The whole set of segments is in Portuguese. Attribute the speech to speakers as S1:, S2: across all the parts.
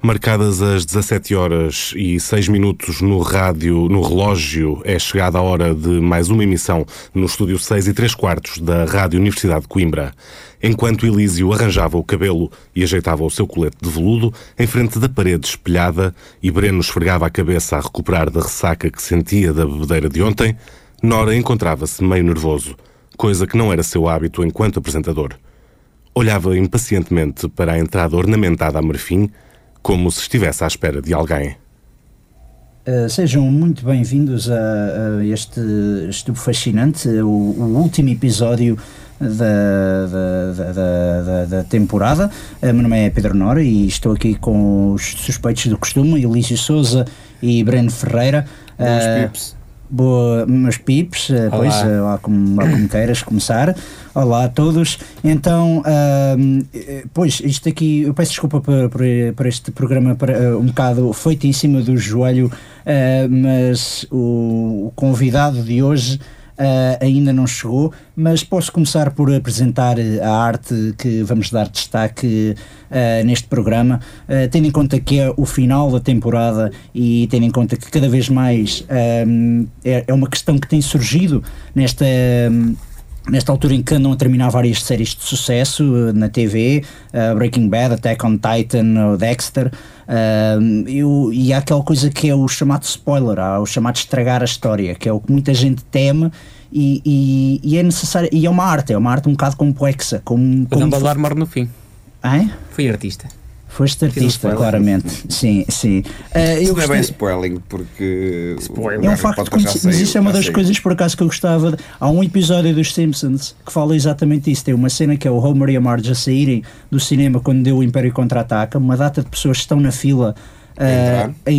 S1: Marcadas às 17 horas e 6 minutos no rádio, no relógio, é chegada a hora de mais uma emissão no estúdio 6 e 3 quartos da Rádio Universidade de Coimbra. Enquanto Elísio arranjava o cabelo e ajeitava o seu colete de veludo, em frente da parede espelhada, e Breno esfregava a cabeça a recuperar da ressaca que sentia da bebedeira de ontem, Nora encontrava-se meio nervoso, coisa que não era seu hábito enquanto apresentador. Olhava impacientemente para a entrada ornamentada a marfim, como se estivesse à espera de alguém.
S2: Uh, sejam muito bem-vindos a, a este estudo fascinante, o, o último episódio da, da, da- da- da temporada. Uh, meu nome é Pedro Nora e estou aqui com os suspeitos do costume, Elísio Souza e Breno Ferreira.
S3: Boas
S2: Uh,
S3: pips.
S2: Boa, meus pips, eh, pois,
S3: Olá.
S2: eh, lá como, lá como queiras começar. Olá a todos. Então, ahm, eh, pois, isto aqui, eu peço desculpa por, por, por este programa para, eh, um bocado feito em cima do joelho, eh, mas o, o convidado de hoje eh, ainda não chegou, mas posso começar por apresentar eh, a arte que vamos dar destaque eh, neste programa, eh, tendo em conta que é o final da temporada e tendo em conta que cada vez mais ehm, é, é uma questão que tem surgido nesta. ehm, Nesta altura em que andam a terminar várias séries de sucesso eh, na TV, eh, Breaking Bad, Attack on Titan, o Dexter, ehm, e o- e há aquela coisa que é o chamado spoiler, há o chamado estragar a história, que é o que muita gente teme e, e- e é necessário. E é uma arte, é uma arte um bocado complexa. Como,
S4: é
S3: O
S4: um
S2: como
S3: Dumbledore morre no fim.
S2: Hein?
S3: Fui artista.
S2: Foste
S3: Fiz um
S2: artista,
S3: spoiler.
S2: claramente. Sim, sim. Ah, eu
S4: Isso não é bem
S2: gostaria...
S4: spoiling, porque.
S3: Spoiler.
S4: o
S2: É um
S4: Harry
S2: facto
S4: Potter
S2: que
S4: já
S2: conheci, mas
S4: saiu,
S2: isso é uma
S4: já
S2: das
S4: saiu.
S2: coisas por acaso que eu gostava. de- Há um episódio dos Simpsons que fala exatamente isso. Tem uma cena que é o Homer e a Marge a saírem do cinema quando deu o Império Contra-Ataca. Uma data de pessoas estão na fila ah,
S4: entrar.
S2: a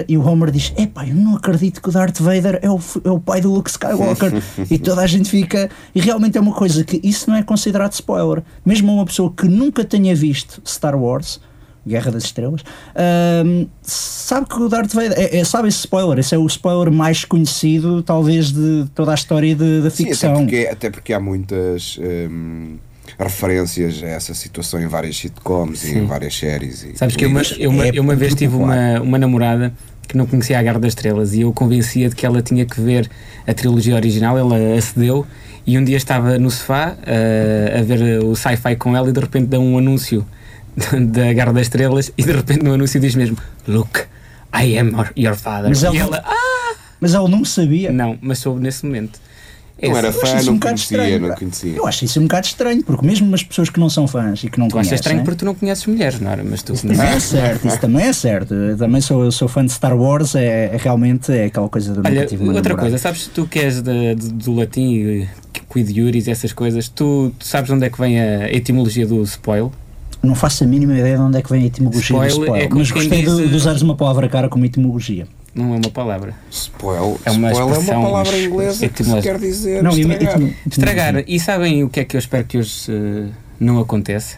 S2: entrar e o Homer diz: Epá, eu não acredito que o Darth Vader é o, f- é o pai do Luke Skywalker. e toda a gente fica. E realmente é uma coisa que isso não é considerado spoiler. Mesmo uma pessoa que nunca tenha visto Star Wars. Guerra das Estrelas, ahm, sabe que o Darth Vader é, é- sabe esse spoiler, esse é o spoiler mais conhecido, talvez, de toda a história de- da
S4: Sim,
S2: ficção.
S4: Até porque, até porque há muitas hum, referências a essa situação em várias sitcoms e em várias séries. E
S3: Sabes que eu uma,
S4: livros.
S3: eu uma, eu uma vez tive
S4: popular.
S3: uma, uma namorada que não conhecia a Guerra das Estrelas e eu convencia de que ela tinha que ver a trilogia original, ela acedeu e um dia estava no sofá ah, a ver o sci-fi com ela e de repente dá um anúncio da Guerra das Estrelas e de repente no anúncio diz mesmo Luke, I am your father.
S2: Mas ela-
S3: E ela, ah,
S2: Mas ela não sabia.
S3: não, mas soube nesse momento. É assim,
S4: Não era
S2: Eu acho isso
S4: fã,
S2: um
S4: não
S2: bocado
S4: conhecia,
S2: estranho,
S4: não
S2: pá.
S4: conhecia.
S2: Eu acho isso um bocado estranho, porque mesmo as pessoas que não são fãs e que não
S3: Tu achas
S2: conhecem.
S3: estranho porque tu não conheces mulheres, Nora, mas tu
S2: né? Isso também
S3: conheces.
S2: é certo, isso também é certo. Eu também sou, sou fã de Star Wars, é, é realmente é aquela coisa do
S3: Olha,
S2: negativo. é
S3: outra coisa, sabes tu que és da- do, do latim, quidiuris, essas coisas, tu, tu sabes onde é que vem a etimologia do spoil?
S2: Não faço a mínima ideia de onde é que vem a etimologia
S3: Spoil
S2: do spoiler,
S3: é como
S2: mas
S3: quem
S2: gostei
S3: diz,
S2: de,
S3: eh,
S2: de usares uma palavra cara como etimologia.
S3: Não é uma palavra.
S4: Spoil,
S3: É uma
S4: spoil é uma
S3: expressão é
S4: palavra inglesa que se
S3: etimológica.
S4: quer dizer.
S2: Não, e-
S4: estragar.
S2: etim-
S3: Estragar. E sabem o que é que eu espero que hoje eh, não aconteça?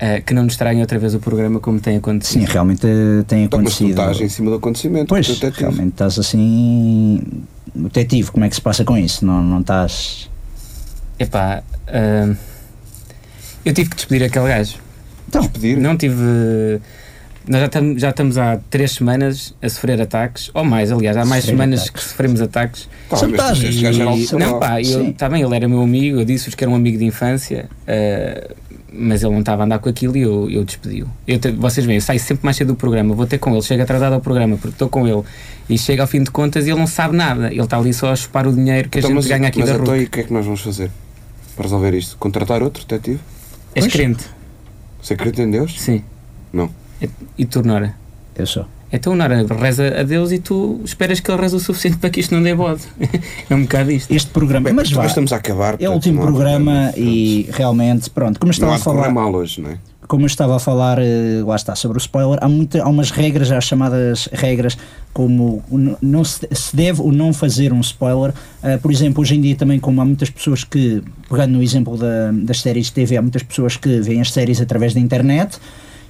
S3: Eh, que não nos estraguem outra vez o programa como tem acontecido.
S2: Sim, realmente eh, tem
S4: Então, mas tu
S2: acontecido.
S4: estás em cima do acontecimento.
S2: Pois,
S4: tu até tive.
S2: realmente estás assim. Detetive, como é que se passa com isso? Não, não estás.
S3: Epá, eh, eu tive que despedir aquele gajo.
S2: Então,
S4: Pedir.
S3: Não tive. Nós já, tam, já estamos há três semanas a sofrer ataques, ou mais, aliás, há mais
S2: Sofrer
S3: semanas
S2: ataques.
S3: que sofremos ataques.
S4: Tá,
S2: São
S4: mas
S2: tais.
S4: este gajo era
S3: E-
S4: alternativo.
S3: não, pá, eu,
S2: Sim.
S3: tá bem, ele era meu amigo, eu disse-vos que era um amigo de infância, eh, mas ele não estava a andar com aquilo e eu, eu despedi-o. Eu te- vocês veem, eu saio sempre mais cedo do programa, vou ter com ele, chego atrasado ao programa porque estou com ele e chego ao fim de contas e ele não sabe nada, ele está ali só a chupar o dinheiro que
S4: Então,
S3: a gente
S4: mas
S3: ganha aqui
S4: mas
S3: da
S4: então,
S3: rua.
S4: e o que é que nós vamos fazer para resolver isto? Contratar outro detetive?
S3: És
S2: Pois.
S3: crente?
S4: Você acredita em Deus?
S3: Sim.
S4: Não.
S3: E, e tu, Nora?
S2: eu sou.
S3: Então, Nora, reza a Deus e tu esperas que ele reze o suficiente para que isto não dê bode. é um bocado isto.
S2: Este programa.
S4: Bem,
S2: mas
S4: mas
S2: vá,
S4: estamos a acabar.
S2: é
S4: portanto,
S2: o último
S4: não há
S2: programa
S4: problema.
S2: e realmente, pronto, como eu estava
S4: Não há
S2: a
S4: de correr
S2: falar.
S4: mal hoje, não é?
S2: como eu estava a falar, eh, lá está, sobre o spoiler, há, muita, há umas regras, há as chamadas regras, como o n- não se, se deve ou não fazer um spoiler. Ah, por exemplo, hoje em dia também, como há muitas pessoas que, pegando no exemplo da- das séries de TV, há muitas pessoas que veem as séries através da internet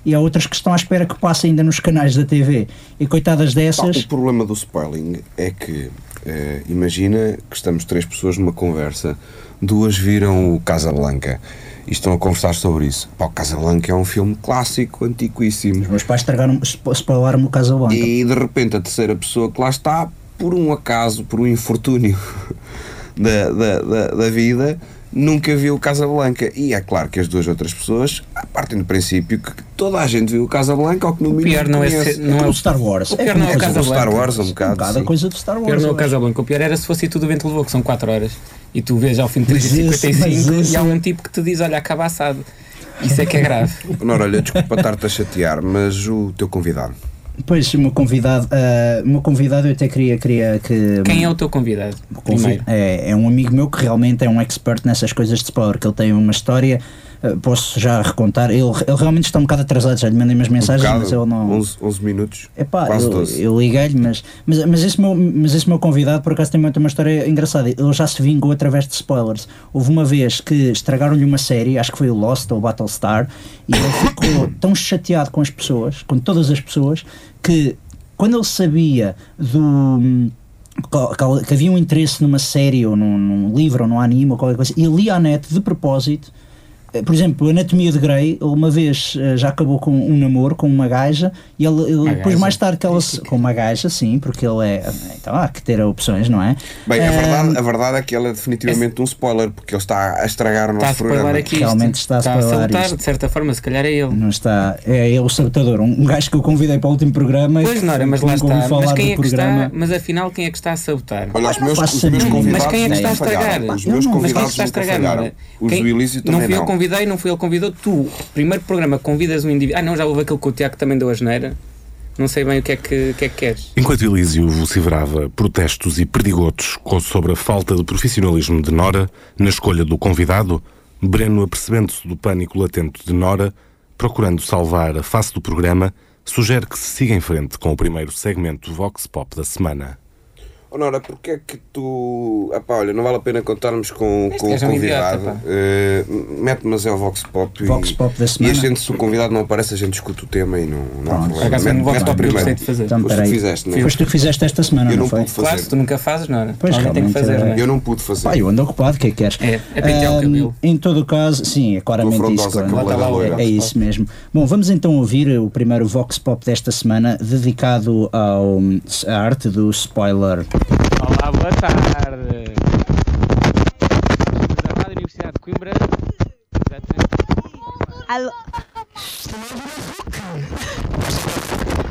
S2: e há outras que estão à espera que passem ainda nos canais da TV. E coitadas
S4: Pá,
S2: dessas.
S4: O problema do spoiling é que eh, imagina que estamos três pessoas numa conversa, duas viram o Casablanca e estão a conversar sobre isso. Pá, o Casablanca é um filme clássico, antiquíssimo.
S2: Os meus pais estragaram, spo- spoilaram-me o
S3: Então.
S2: Casablanca.
S4: E de repente a terceira pessoa que lá está, por um acaso, por um infortúnio da, da, da, da vida, nunca viu o Casablanca. E é claro que as duas outras pessoas ah, partem do princípio que toda a gente viu o Casablanca ou que no
S3: O
S4: mínimo.
S3: pior não é
S4: conhece.
S3: ser, não é
S2: o
S3: o
S2: Star Wars.
S3: O pior não é o
S2: como
S4: Casablanca.
S3: Casablanca.
S4: Star Wars, um
S2: Um
S4: bocado.
S2: bocado a
S4: sim.
S2: coisa do Star
S3: O pior
S2: Wars.
S3: não é o
S2: eu acho.
S3: Casablanca, o pior era se fosse tudo o vento levou, que são 4 horas. E tu vês ao fim de
S2: Mas
S3: 3 e
S2: esse- mas
S3: 55
S2: esse-
S3: e há um tipo que te diz, olha, acaba assado. Isso é que é grave.
S4: Nora, olha, desculpa estar-te a chatear, mas o teu convidado. um
S2: Pois, o meu convidado, ah, o meu convidado eu até queria, queria que.
S3: Quem é o teu convidado? Primeiro.
S2: É, é um amigo meu que realmente é um expert nessas coisas de spoiler, que ele tem uma história, ah, posso já recontar. Ele, ele realmente está um bocado atrasado, já lhe mandei umas mensagens,
S4: um
S2: mas ele não.
S4: 11, 11 minutos,
S2: Epá,
S4: quase
S2: eu,
S4: 12.
S2: eu liguei-lhe, mas, mas, mas, esse meu, mas esse meu convidado por acaso tem muito uma história engraçada. Ele já se vingou através de spoilers. Houve uma vez que estragaram-lhe uma série, acho que foi o Lost ou Battlestar, e ele ficou tão chateado com as pessoas, com todas as pessoas, que quando ele sabia do que- que havia um interesse numa série ou num, num livro ou num anime ou qualquer coisa, e lia à net de propósito. Eh, Por exemplo, Anatomia de Grey, ele uma vez eh, já acabou com um namoro com uma gaja e ele, ele
S3: Uma
S2: depois
S3: gaja?
S2: mais tarde que ela se, com uma gaja, sim, porque ele é. Então há que ter opções, não é?
S4: Bem, a
S2: Eh,
S4: verdade, a verdade é que ele é definitivamente um spoiler, porque ele está a estragar o
S3: Está a
S4: nosso
S3: spoiler
S4: programa.
S3: aqui. isto.
S2: Realmente está a spoiler
S3: sabotar,
S2: isto.
S3: de certa forma, se calhar é ele.
S2: Não está. É, é o sabotador, um gajo que eu convidei para o último programa. e
S3: Pois,
S2: que
S3: Nora, mas lá
S2: nunca ouvi
S3: está.
S2: falar
S3: Mas quem
S2: do
S3: é que está?
S2: programa.
S3: Mas afinal, quem é que está a sabotar?
S4: Olha, os
S2: não
S4: meus,
S2: faço
S4: os meus
S2: a mínima
S4: convidados
S3: Mas quem é que está a
S4: nunca falharam.
S3: estragar?
S4: Os meus
S2: Não, não,
S3: Mas quem é que
S4: convidados
S3: está a
S4: nunca
S3: estragar?
S4: falharam.
S3: Nora?
S4: Os
S3: Quem-
S4: do Elísio
S3: Não
S4: também
S3: fui eu
S4: não.
S3: que convidei, não fui ele que convidou. Tu, primeiro programa, convidas um indivíduo. Ah, não, já houve aquele que o Tiago também deu a geneira. Não sei bem o que é que, o que, é que queres.
S1: Enquanto Elísio vociferava protestos e perdigotos co- sobre a falta de profissionalismo de Nora na escolha do convidado, Breno, apercebendo-se do pânico latente de Nora, procurando salvar a face do programa, sugere que se siga em frente com o primeiro segmento Vox Pop da semana.
S4: Honora, porque é que tu. Ah, pá, olha, não vale a pena contarmos com, com o
S3: gajo é um
S4: convidado.
S3: idiota, pá.
S4: Eh, Mete-me mas é o Vox Pop.
S2: Vox
S4: e,
S2: Pop da
S4: E
S2: semana.
S4: a gente, se o convidado não aparece, a gente escuta o tema e não, não há
S2: Pronto.
S4: problema.
S3: Por acaso, foi um
S4: Mete-
S3: vox
S4: mete o
S3: pop que eu
S4: primeiro.
S3: gostei de fazer.
S2: Então,
S4: Foste tu
S2: peraí.
S4: que fizeste, não é?
S2: Foste tu que fizeste esta semana,
S4: Eu
S2: não
S4: não
S2: foi?
S4: pude fazer.
S3: Claro, se tu nunca fazes, Nora.
S2: Pois,
S3: Alguém tem que
S2: realmente
S3: fazer,
S2: era-
S3: não é?
S4: Eu não pude fazer.
S2: Pá, eu ando ocupado, o que é que queres?
S3: É, é pentear o
S2: Ahm,
S3: cabelo.
S2: Em todo o caso, sim, é claramente
S4: Tua
S2: isso.
S4: frondosa
S2: claro.
S3: cabeleira loira.
S2: É, é isso mesmo. Bom, vamos então ouvir o primeiro Vox Pop desta semana, dedicado ao, à arte do spoiler.
S5: Olá, boa tarde. Estamos na Rádio Universidade de Coimbra. Exatamente.
S6: Alô?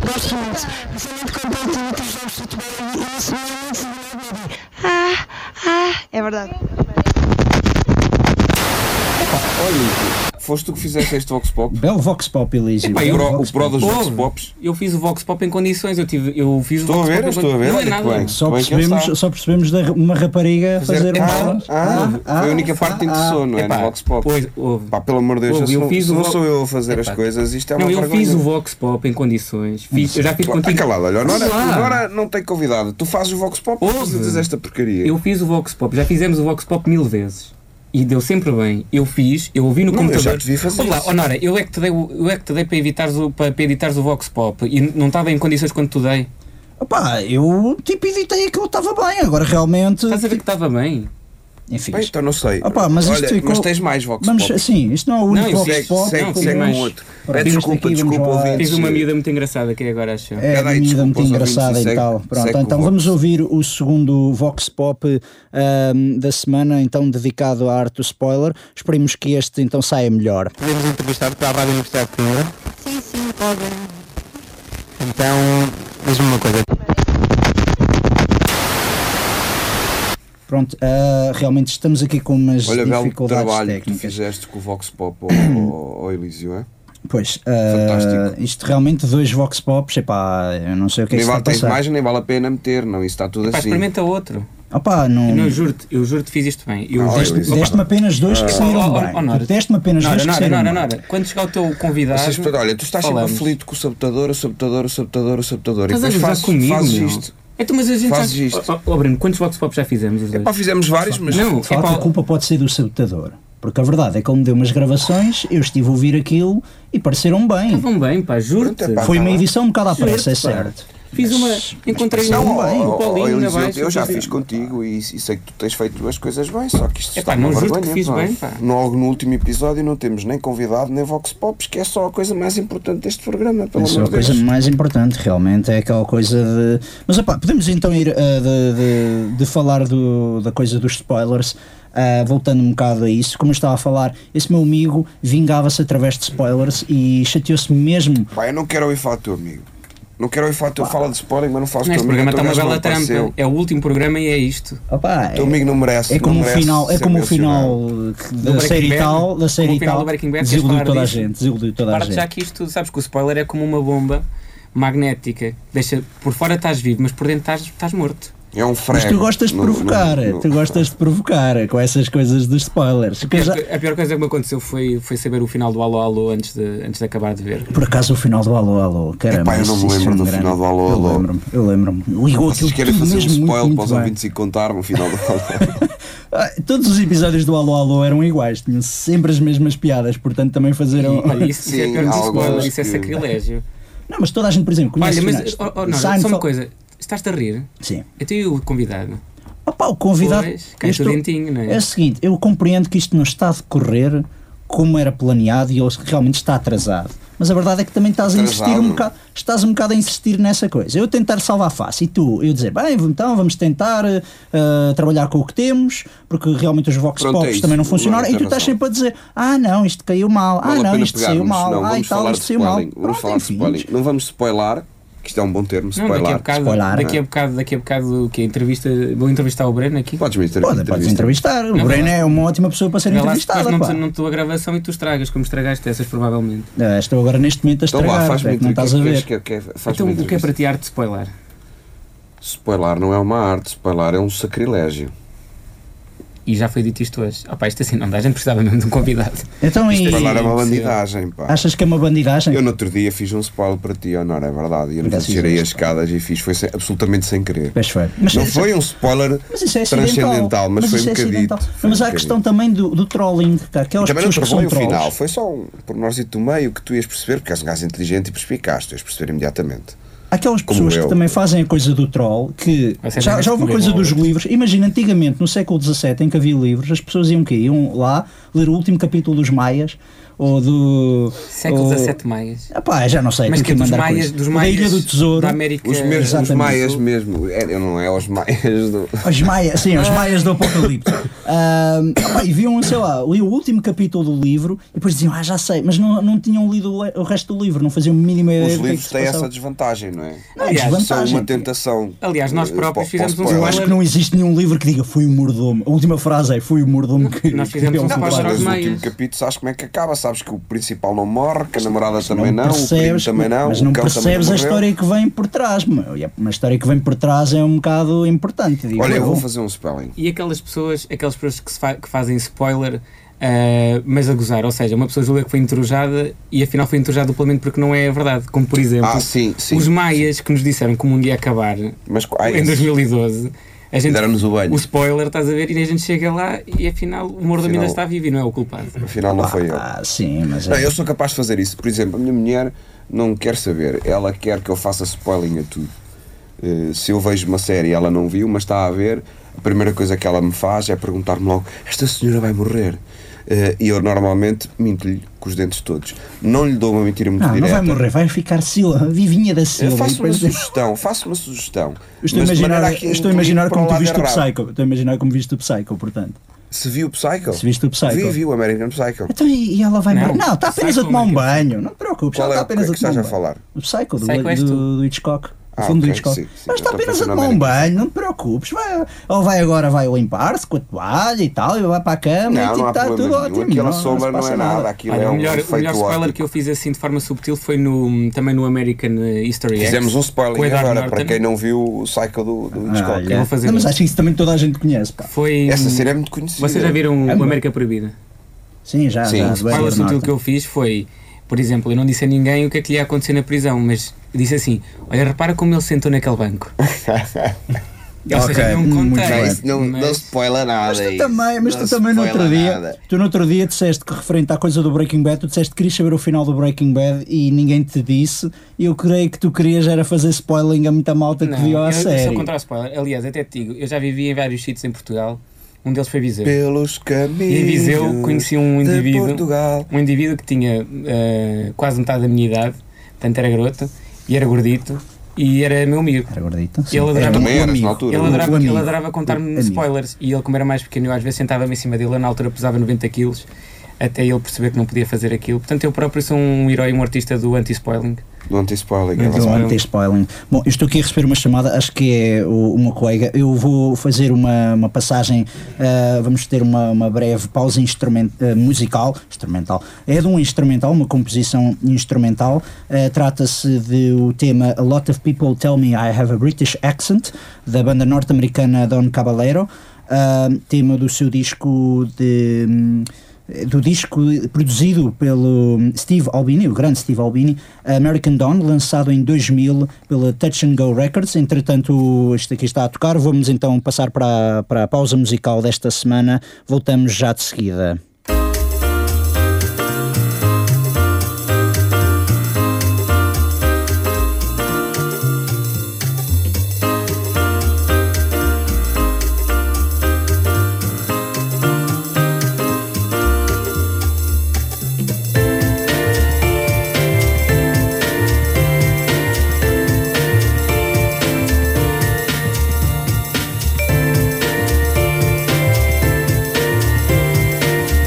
S6: Gosto muito. Sou muito contente de muitos jogos de futebol e isso me é muito segurado. Ah, ah, é verdade.
S4: Olha, foste tu que fizeste este Vox Pop?
S2: Belo Vox Pop, Elísio.
S4: O
S2: Belo
S4: pro,
S2: Vox
S4: o pro
S2: Pop.
S4: dos Vox
S3: Ouve.
S4: Pops.
S3: Eu fiz o Vox Pop em condições, eu, tive, eu fiz
S4: Estou
S3: o Vox
S4: a ver,
S3: Pop em
S4: estou a
S3: condi-
S4: ver,
S3: Não é
S4: olha que
S3: nada.
S4: bem.
S2: Só
S4: Bem que ele está.
S2: percebemos, só percebemos da- uma rapariga fazer um
S4: ah,
S2: spoiler.
S4: ah, foi a única parte que interessou, não é?
S3: ah, Epá,
S4: no Vox Pop.
S3: Pois, ouve.
S4: Pá, pelo amor de Deus,
S3: Ouve,
S4: se
S3: eu
S4: não,
S3: fiz
S4: se
S3: o
S4: não
S3: Vox-
S4: sou eu a fazer as
S3: Epá.
S4: coisas, isto é uma
S3: Não, eu
S4: vergonha.
S3: fiz o Vox Pop em condições. Fiz- eu já fiz
S4: Pá,
S3: contigo.
S4: calado, olha, agora,
S3: Olá.
S4: agora não tem convidado. Tu fazes o Vox Pop
S3: Ouve.
S4: ou dizes esta porcaria?
S3: Eu fiz o Vox Pop, já fizemos o Vox Pop mil vezes. E deu sempre bem. Eu fiz, eu ouvi no
S4: Não, eu
S3: computador.
S4: já te vi fazer
S3: Olá,
S4: isso.
S3: Honora, eu é que te dei, o- eu é que te dei para, evitares o, para, para editares o Vox Pop e não estava em condições quando te dei.
S2: Pá, eu tipo editei aquilo, estava bem, agora realmente.
S3: Estás a ver que estava bem.
S2: Enfim.
S4: Bem, então não sei.
S2: Opa, mas isto
S4: Olha,
S2: ficou-
S4: mas tens mais Vox
S2: Vamos,
S4: Pop.
S2: sim, isto não é o único
S3: Não, eu
S2: Vox
S3: sei-
S2: Pop.
S4: segue-
S3: Não,
S2: pelo
S4: segue com
S2: menos-
S3: mas-
S4: outro.
S2: Ora,
S4: É,
S2: temos
S4: desculpa,
S2: daqui, vamos
S4: desculpa,
S2: lá-
S4: ouvintes.
S3: Fiz uma miúda muito engraçada que é agora acho. eu.
S2: É,
S4: Espera aí,
S2: comida
S4: desculpa,
S2: muito
S4: os ouvintes,
S2: engraçada e
S4: segue-
S2: tal. Pronto,
S4: segue o
S2: então
S4: Vox.
S2: vamos ouvir o segundo Vox Pop ahm, da semana, então dedicado à arte do spoiler. Esperemos que este então saia melhor.
S7: Podemos entrevistar-te para a Rádio Universidade de Coimbra?
S6: Sim, sim, podem.
S7: Então, diz-me uma coisa.
S2: Pronto, ah, realmente estamos aqui com umas
S4: Olha, belo
S2: dificuldades
S4: trabalho que tu
S2: técnicas.
S4: fizeste com o Vox Pop ao- ao ao Elísio, é?
S2: Pois, ah,
S4: Fantástico.
S2: isto realmente dois Vox Pops, epá, eu não sei o que é que se
S4: Nem
S2: está a
S4: vale, tens
S2: passar.
S4: mais, nem vale a pena meter, não. Isso está tudo
S3: Pá,
S4: assim.
S3: experimenta outro.
S2: Opá, não,
S3: Eu não é juro-te, eu juro-te fiz isto bem. Eu
S4: Não,
S3: deste-
S4: eu disse-
S3: Opa,
S2: Deste-me apenas dois que saíram
S3: Oh, oh,
S2: bem.
S3: oh, Nora.
S2: Deste-me apenas
S3: Nora,
S2: dois que
S3: Nora,
S2: saíram
S3: Nora,
S2: bem.
S3: Nora, quando chegar o teu convidado.
S4: Vocês, portanto, olha, tu estás
S3: falamos.
S4: sempre aflito com o sabotador, o sabotador, o sabotador, o sabotador.
S3: Estás
S4: e
S3: a
S4: depois
S3: gozar
S4: fazes,
S3: comigo,
S4: fazes
S3: meu?
S4: isto.
S3: Então, mas a gente
S4: Fazes
S3: já...
S4: isto.
S3: Oh, oh, Breno, quantos Vox Pop já fizemos os dois?
S4: Pá, fizemos vários, mas.
S3: não,
S2: De
S3: é
S2: facto,
S3: pá,
S2: a culpa pode ser do sabotador. Porque a verdade é que ele me deu umas gravações, eu estive a ouvir aquilo e pareceram bem.
S3: Estavam bem, pá, juro-te.
S4: Pronto, é pá.
S2: Foi uma edição um bocado à pressa, é
S3: Certo, pá.
S2: certo.
S3: Fiz uma. Encontrei
S4: Não,
S3: um,
S4: ó, ó,
S3: o
S4: ó,
S3: Paulinho na
S4: Eliseu,
S3: baixa.
S4: eu já
S3: fiz-
S4: fiz contigo e, e sei que tu tens feito as coisas bem, só que isto
S3: Epá,
S4: está uma
S3: não juro que
S4: vergonha,
S3: fiz
S4: pá.
S3: bem, pá.
S4: Logo no último episódio não temos nem convidado nem Vox Pops, que é só a coisa mais importante deste programa, pelo
S2: Isso é
S4: amor
S2: a
S4: de Deus.
S2: coisa mais importante, realmente, é aquela coisa de. Mas opá, podemos então ir ah, de, de- de falar do- da coisa dos spoilers, ah, voltando um bocado a isso. Como eu estava a falar, esse meu amigo vingava-se através de spoilers e chateou-se mesmo.
S4: Pá, eu não quero ouvir falar do teu amigo. Não quero ouvir falar do teu. Fala de Sporting, mas não falo do teu
S3: Neste
S4: amigo. o
S3: programa está
S4: teu
S3: uma
S4: gajo não
S3: bela trampa.
S4: apareceu.
S3: É o último programa e é isto.
S2: Opá,
S4: O teu amigo não merece.
S2: é como
S4: não
S2: o
S4: merece
S2: final, é
S4: ser
S2: como o
S4: mencionado.
S2: final que- da
S3: Breaking
S2: série
S3: Bad.
S2: tal, da série
S3: Como o final
S2: tal,
S3: do Breaking Bad, queres
S2: desiludiu
S3: falar
S2: toda a
S3: disso?
S2: gente, desiludiu toda a
S3: Parte já
S2: gente.
S3: que isto, sabes que o spoiler é como uma bomba magnética. Deixa, por fora estás vivo, mas por dentro estás, estás morto.
S4: É um frego.
S2: Mas tu gostas de
S4: No- no-
S2: provocar,
S4: no-
S2: tu gostas de provocar com essas coisas dos spoilers.
S3: A
S2: Que eu já-
S3: pior- A pior coisa que me aconteceu foi, foi saber o final do Alô Alô antes de, antes de acabar de ver.
S2: Por acaso o final do Alô Alô, caramba.
S4: Epá, eu não
S2: isso-
S4: me
S2: isso
S4: lembro
S2: foi um
S4: do
S2: grande-
S4: final do Alô,
S2: Eu
S4: Alô.
S2: lembro-me, eu lembro-me. Ligou aquilo
S4: Vocês querem
S2: tudo
S4: fazer um
S2: mesmo
S4: spoiler
S2: muito,
S4: para
S2: muito
S4: os
S2: bem.
S4: ouvintes e contar no final do
S2: Ah, Todos os episódios do Alô Alô eram iguais, tinham sempre as mesmas piadas, portanto também
S3: E,
S2: fazeram.
S3: olha, isso, isso é
S4: Sim,
S3: pior que
S4: alguns
S3: spoiler, isso é
S4: que-
S3: sacrilégio.
S2: Não, mas toda a gente, por exemplo, conhece
S3: Olha, mas
S2: finais.
S3: oh, oh, não, só
S2: Seinfeld-
S3: uma coisa, estás-te a rir?
S2: Sim.
S3: Até eu convidado.
S2: Opa, o convidado.
S3: Pois,
S2: eu
S3: cai
S2: estou-
S3: o dentinho, não é?
S2: É o seguinte, eu compreendo que isto não está a decorrer como era planeado e ou se realmente está atrasado. Mas a verdade é que também estás a insistir
S4: Atrasado.
S2: um bocado, estás um bocado a insistir nessa coisa. Eu tentar salvar a face e tu, eu dizer, bem, então vamos tentar eh, eh, trabalhar com o que temos, porque realmente os Vox
S4: Pronto, é
S2: Pops
S4: isso.
S2: também não
S4: Luana,
S2: funcionaram, e tu
S4: tem
S2: estás
S4: razão.
S2: sempre a dizer, ah não, isto caiu mal,
S4: Vale
S2: ah
S4: a
S2: não,
S4: pena
S2: isto saiu
S4: pegarmos.
S2: mal,
S4: Não,
S2: ah e
S4: vamos
S2: tal,
S4: falar
S2: isto
S4: de
S2: saiu mal.
S4: spoiling. Vamos
S2: Pronto,
S4: falar de
S2: enfim,
S4: spoiling. Não vamos spoiler, que isto é um bom termo,
S3: Não, daqui a
S4: spoiler.
S3: bocado,
S2: spoiler,
S3: daqui
S2: não
S3: a bocado, daqui a bocado, que entrevista, vou entrevistar o Breno aqui.
S4: Podes me inter-
S2: Pode, podes
S4: entrevistar.
S2: entrevistar. O
S3: Não,
S2: Breno
S3: mas-
S2: é uma ótima pessoa para ser
S3: Vê lá se
S2: entrevistada.
S3: depois não,
S2: pá.
S3: te- não te dou a gravação e tu estragas, como estragaste essas provavelmente.
S2: Ah, estou agora neste momento a
S4: Então vá,
S2: estragar,
S4: faz-me
S2: é que não
S4: entrevista.
S2: estás a ver.
S4: Que, que, que, faz
S3: então o que é para ti arte de spoiler?
S4: Spoiler não é uma arte, spoiler é um sacrilégio.
S3: E já foi dito isto hoje. Opá, isto assim não dá, a gente precisava mesmo de um convidado.
S2: Então e
S4: Spoiler é uma
S3: sim.
S4: bandidagem, pá.
S2: achas que é uma bandidagem?
S4: Eu no outro dia fiz um spoiler para ti, Honor, é verdade. E eu
S2: Nunca fiz
S4: tirei
S2: um
S4: as escadas e fiz, foi sem- absolutamente sem querer.
S2: Pois foi. Mas,
S4: Não
S2: isso- é
S4: foi um spoiler
S2: mas isso é
S4: transcendental,
S2: acidental.
S4: mas, foi um
S2: isso é
S4: bocadito.
S2: acidental.
S4: Foi
S2: mas
S4: um
S2: há a questão
S4: bocadinho.
S2: também do, do trolling, que há aquelas
S4: Também não
S2: pessoas que
S4: travou
S2: são
S4: o
S2: trolls.
S4: final, foi só um pormenorzito do meio que tu ias perceber, porque és um gajo inteligente e perspicaz, tu ias perceber imediatamente.
S2: Há aquelas
S4: Como
S2: pessoas
S4: eu.
S2: que também fazem a coisa do troll, que
S3: Vai ser
S2: já,
S3: mais
S2: já houve a
S3: comum,
S2: coisa dos
S3: Albert.
S2: livros. Imagina, antigamente, no século XVII, em que havia livros, as pessoas iam que Iam lá ler o último capítulo dos Maias ou do.
S3: Século
S2: ou-
S3: XVII Maias.
S2: Ah pá, já não sei,
S3: Mas
S2: tu
S3: que é
S2: que
S3: dos
S2: mandar
S3: Maias,
S2: coisa.
S3: dos
S2: O
S3: Maias
S2: da Ilha do Tesouro.
S3: da América.
S4: Os, mesmos, os
S2: é Exatamente.
S4: maias mesmo, é, eu não é os maias do.
S2: Os maias, sim, os maias do Apocalipse. Ahm, opá, e viam, sei lá, li o último capítulo do livro e depois diziam, ah, já sei, mas não, não tinham lido o le- o resto do livro, não faziam a mínima ideia
S4: Os
S2: do que é que
S4: livros
S2: se
S4: têm
S2: passava.
S4: essa desvantagem, não é?
S2: Não, é
S3: Aliás, são
S4: São
S2: desvantagem.
S4: uma tentação.
S3: Aliás, nós
S4: eh,
S3: próprios
S4: pa-
S3: fizemos
S4: pa-
S3: um
S4: spoiler.
S2: Eu acho que não existe nenhum livro que diga foi o mordomo. A última frase é foi o mordomo que.
S3: Nós fizemos
S2: que deu
S3: um
S4: Não,
S2: ao
S4: mas sabes
S3: spoiler aos
S4: o
S3: maias.
S4: último capítulo, sabes como é que acaba, sabes que o principal não morre, que a namorada também não, o primo
S2: percebes,
S4: também não,
S2: mas
S4: o
S2: não
S4: cão também
S2: percebes a
S4: morreu.
S2: história que vem por trás. meu. E é Uma história que vem por trás é um bocado importante. digo
S4: Olha, eu vou fazer um spelling.
S3: E aquelas pessoas, aquelas pessoas que, se fa- que fazem spoiler, ah, mas a gozar, ou seja, uma pessoa julga que foi entrojada e afinal foi entrojada duplamente porque não é a verdade. Como por exemplo,
S4: Ah, sim, sim.
S3: os maias que nos disseram que o mundo ia acabar
S4: Mas ah,
S3: em
S4: esse.
S3: 2012. A gente,
S4: Deram-nos o banho.
S3: o spoiler, estás a ver, e a gente chega lá e afinal o mordomo ainda
S4: Afinal-
S3: está vivo e não é o culpado.
S4: afinal não foi eu.
S2: Ah, sim, mas. é-
S4: Não, eu sou capaz de fazer isso. Por exemplo, a minha mulher não quer saber. Ela quer que eu faça spoiling a tudo. Eh, se eu vejo uma série e ela não viu, mas está a ver, a primeira coisa que ela me faz é perguntar-me logo: Esta senhora vai morrer? Eh, e eu normalmente minto-lhe com os dentes todos. Não lhe dou uma mentira muito
S2: Não, não
S4: direta.
S2: vai morrer, vai ficar Silva, vivinha da Silva.
S4: Eu
S2: e
S4: faço uma
S2: depois-
S4: sugestão, faço uma sugestão.
S2: Eu estou a
S4: mas de
S2: imaginar,
S4: maneira que
S2: eu estou a
S4: inclino
S2: imaginar
S4: para
S2: como
S4: o
S2: tu
S4: lado
S2: viste o
S4: errado.
S2: Psycho. Estou a imaginar como viste o Psycho, portanto.
S4: Se viu o Psycho?
S2: Se viste o Psycho.
S4: Vi, vi o American Psycho.
S2: Então e e ela vai
S3: Não,
S2: morrer? Não, está apenas a
S3: Psycho
S2: tomar um
S3: é que-
S2: banho. Não te preocupes,
S4: Qual
S2: ela
S4: é
S2: está
S4: o que é
S2: apenas
S4: que
S2: a tomar
S4: estás
S2: um
S4: a
S2: banho.
S4: falar?
S2: O Psycho, do,
S3: Psycho és
S2: do-
S3: tu.
S2: do Hitchcock. O
S4: Ah,
S2: filme do
S4: ok,
S2: Hitchcock.
S4: sim, sim,
S2: Ela está
S4: eu estou
S2: apenas a
S4: pensando
S2: tomar
S4: na
S2: um banho, não te preocupes. Vai, ela vai agora, vai limpar-se com a toalha e tal, e vai para a cama e
S4: Não,
S2: tipo,
S4: não há
S2: está tudo
S4: problema nenhum.
S2: ótimo.
S4: Aquela
S2: se
S4: sombra não
S2: passa
S4: é nada. Aquilo
S3: Olha,
S4: é
S3: o
S4: um
S3: melhor, o melhor
S4: efeito
S3: spoiler que
S4: óptico.
S3: eu fiz assim de forma subtil foi no, também no American History X.
S4: Fizemos um spoiler
S3: com o Edward
S4: agora, para
S3: Norton.
S4: quem não viu o Psycho do, do
S2: Ah,
S4: Hitchcock.
S2: olha.
S3: vou fazer
S2: Não, Mas
S3: isso.
S2: acho que isso também toda a gente conhece. pá.
S3: Foi. um,
S4: Essa cena é muito conhecida.
S3: Vocês já viram
S2: É
S3: o
S2: bom.
S3: América Proibida?
S2: Sim, já.
S4: Sim,
S2: já,
S4: o
S2: do
S3: O spoiler
S2: Edward
S3: sutil
S2: Norton.
S3: que eu fiz foi, por exemplo, eu não disse a ninguém o que é que lhe ia acontecer na prisão, mas disse assim: Olha, repara como ele sentou naquele banco. Ou seja, não
S2: muito
S3: contei.
S2: bem.
S4: Não, isso não, não
S3: mas-
S4: spoila nada.
S2: Mas tu
S4: isso.
S2: também, mas
S4: Não
S2: tu também no outro
S4: spoila
S2: dia,
S4: nada.
S2: tu no outro dia disseste que referente à coisa do Breaking Bad, tu disseste que querias saber o final do Breaking Bad e ninguém te disse. e Eu creio que tu querias era fazer spoiling a muita malta que
S3: Não,
S2: viu a
S3: eu, eu sou
S2: série.
S3: contra o spoiler. Aliás, até te digo, eu já vivi em vários sítios em Portugal. Um deles foi Viseu.
S4: Pelos caminhos.
S3: E em Viseu conheci um
S4: de
S3: indivíduo,
S4: Portugal.
S3: um indivíduo que tinha eh, quase metade da minha idade, portanto era garoto e era gordito e era meu amigo.
S2: Era gordito? Sim.
S3: Ele
S2: Era
S3: adorava,
S2: um
S4: Também eras
S2: amigo.
S4: na altura.
S3: ele
S4: O
S3: adorava,
S2: amigo.
S3: ele adorava
S2: O
S3: contar-me
S2: amigo.
S3: spoilers e ele, como era mais pequeno, eu às vezes sentava-me em cima dele. Eu, na altura pesava 90 quilos até ele perceber que não podia fazer aquilo. Portanto, eu próprio sou um herói, um artista do anti-spoiling.
S4: Não te spoiling. é
S3: Não te
S2: Então,
S3: spoiling.
S2: anti-spoiling. Bom, eu estou aqui a receber uma chamada, acho que é o, uma colega. Eu vou fazer uma, uma passagem, ah, vamos ter uma, uma breve pausa instrument, ah, musical. Instrumental. É de um instrumental, uma composição instrumental. Ah, Trata-se do tema A Lot of People Tell Me I Have a British Accent, da banda norte-americana Don Caballero. Ah, tema do seu disco de. hum, do disco produzido pelo hum, Steve Albini, o grande Steve Albini, American Dawn, lançado em 2000 pela Touch and Go Records. Entretanto, isto aqui está a tocar. Vamos então passar para, para a pausa musical desta semana. Voltamos já de seguida.
S8: Thank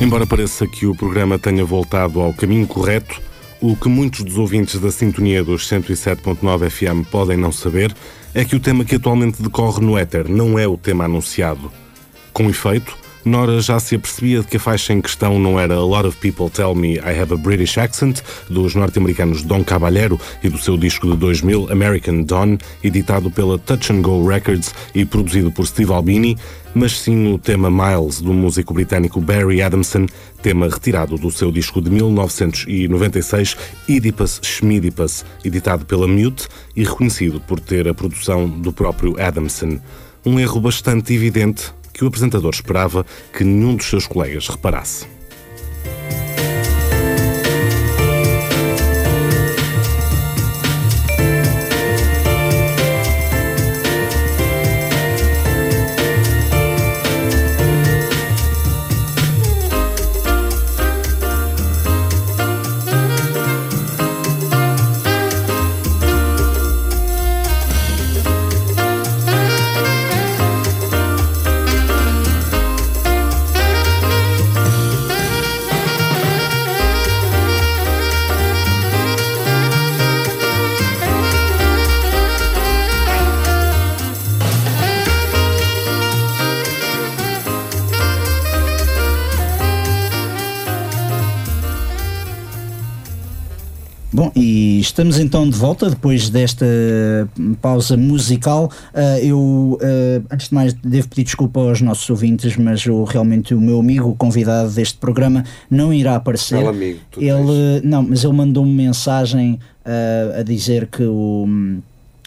S1: Embora pareça que o programa tenha voltado ao caminho correto, o que muitos dos ouvintes da sintonia dos 107.9 FM podem não saber é que o tema que atualmente decorre no éter não é o tema anunciado. Com efeito, Nora já se apercebia de que a faixa em questão não era A Lot of People Tell Me I Have a British Accent, dos norte-americanos Don Caballero e do seu disco de 2000, American Don, editado pela Touch and Go Records e produzido por Steve Albini, mas sim o tema Miles, do músico britânico Barry Adamson, tema retirado do seu disco de 1996, Oedipus Schmidipus, editado pela Mute e reconhecido por ter a produção do próprio Adamson. Um erro bastante evidente que o apresentador esperava que nenhum dos seus colegas reparasse.
S2: Bom, e estamos então de volta depois desta pausa musical. Ah, eu, ah, antes de mais, devo pedir desculpa aos nossos ouvintes, mas eu, realmente o meu amigo, o convidado deste programa, não irá aparecer.
S4: Qual amigo tu
S2: ele, não, mas ele mandou-me mensagem ah, a dizer que o.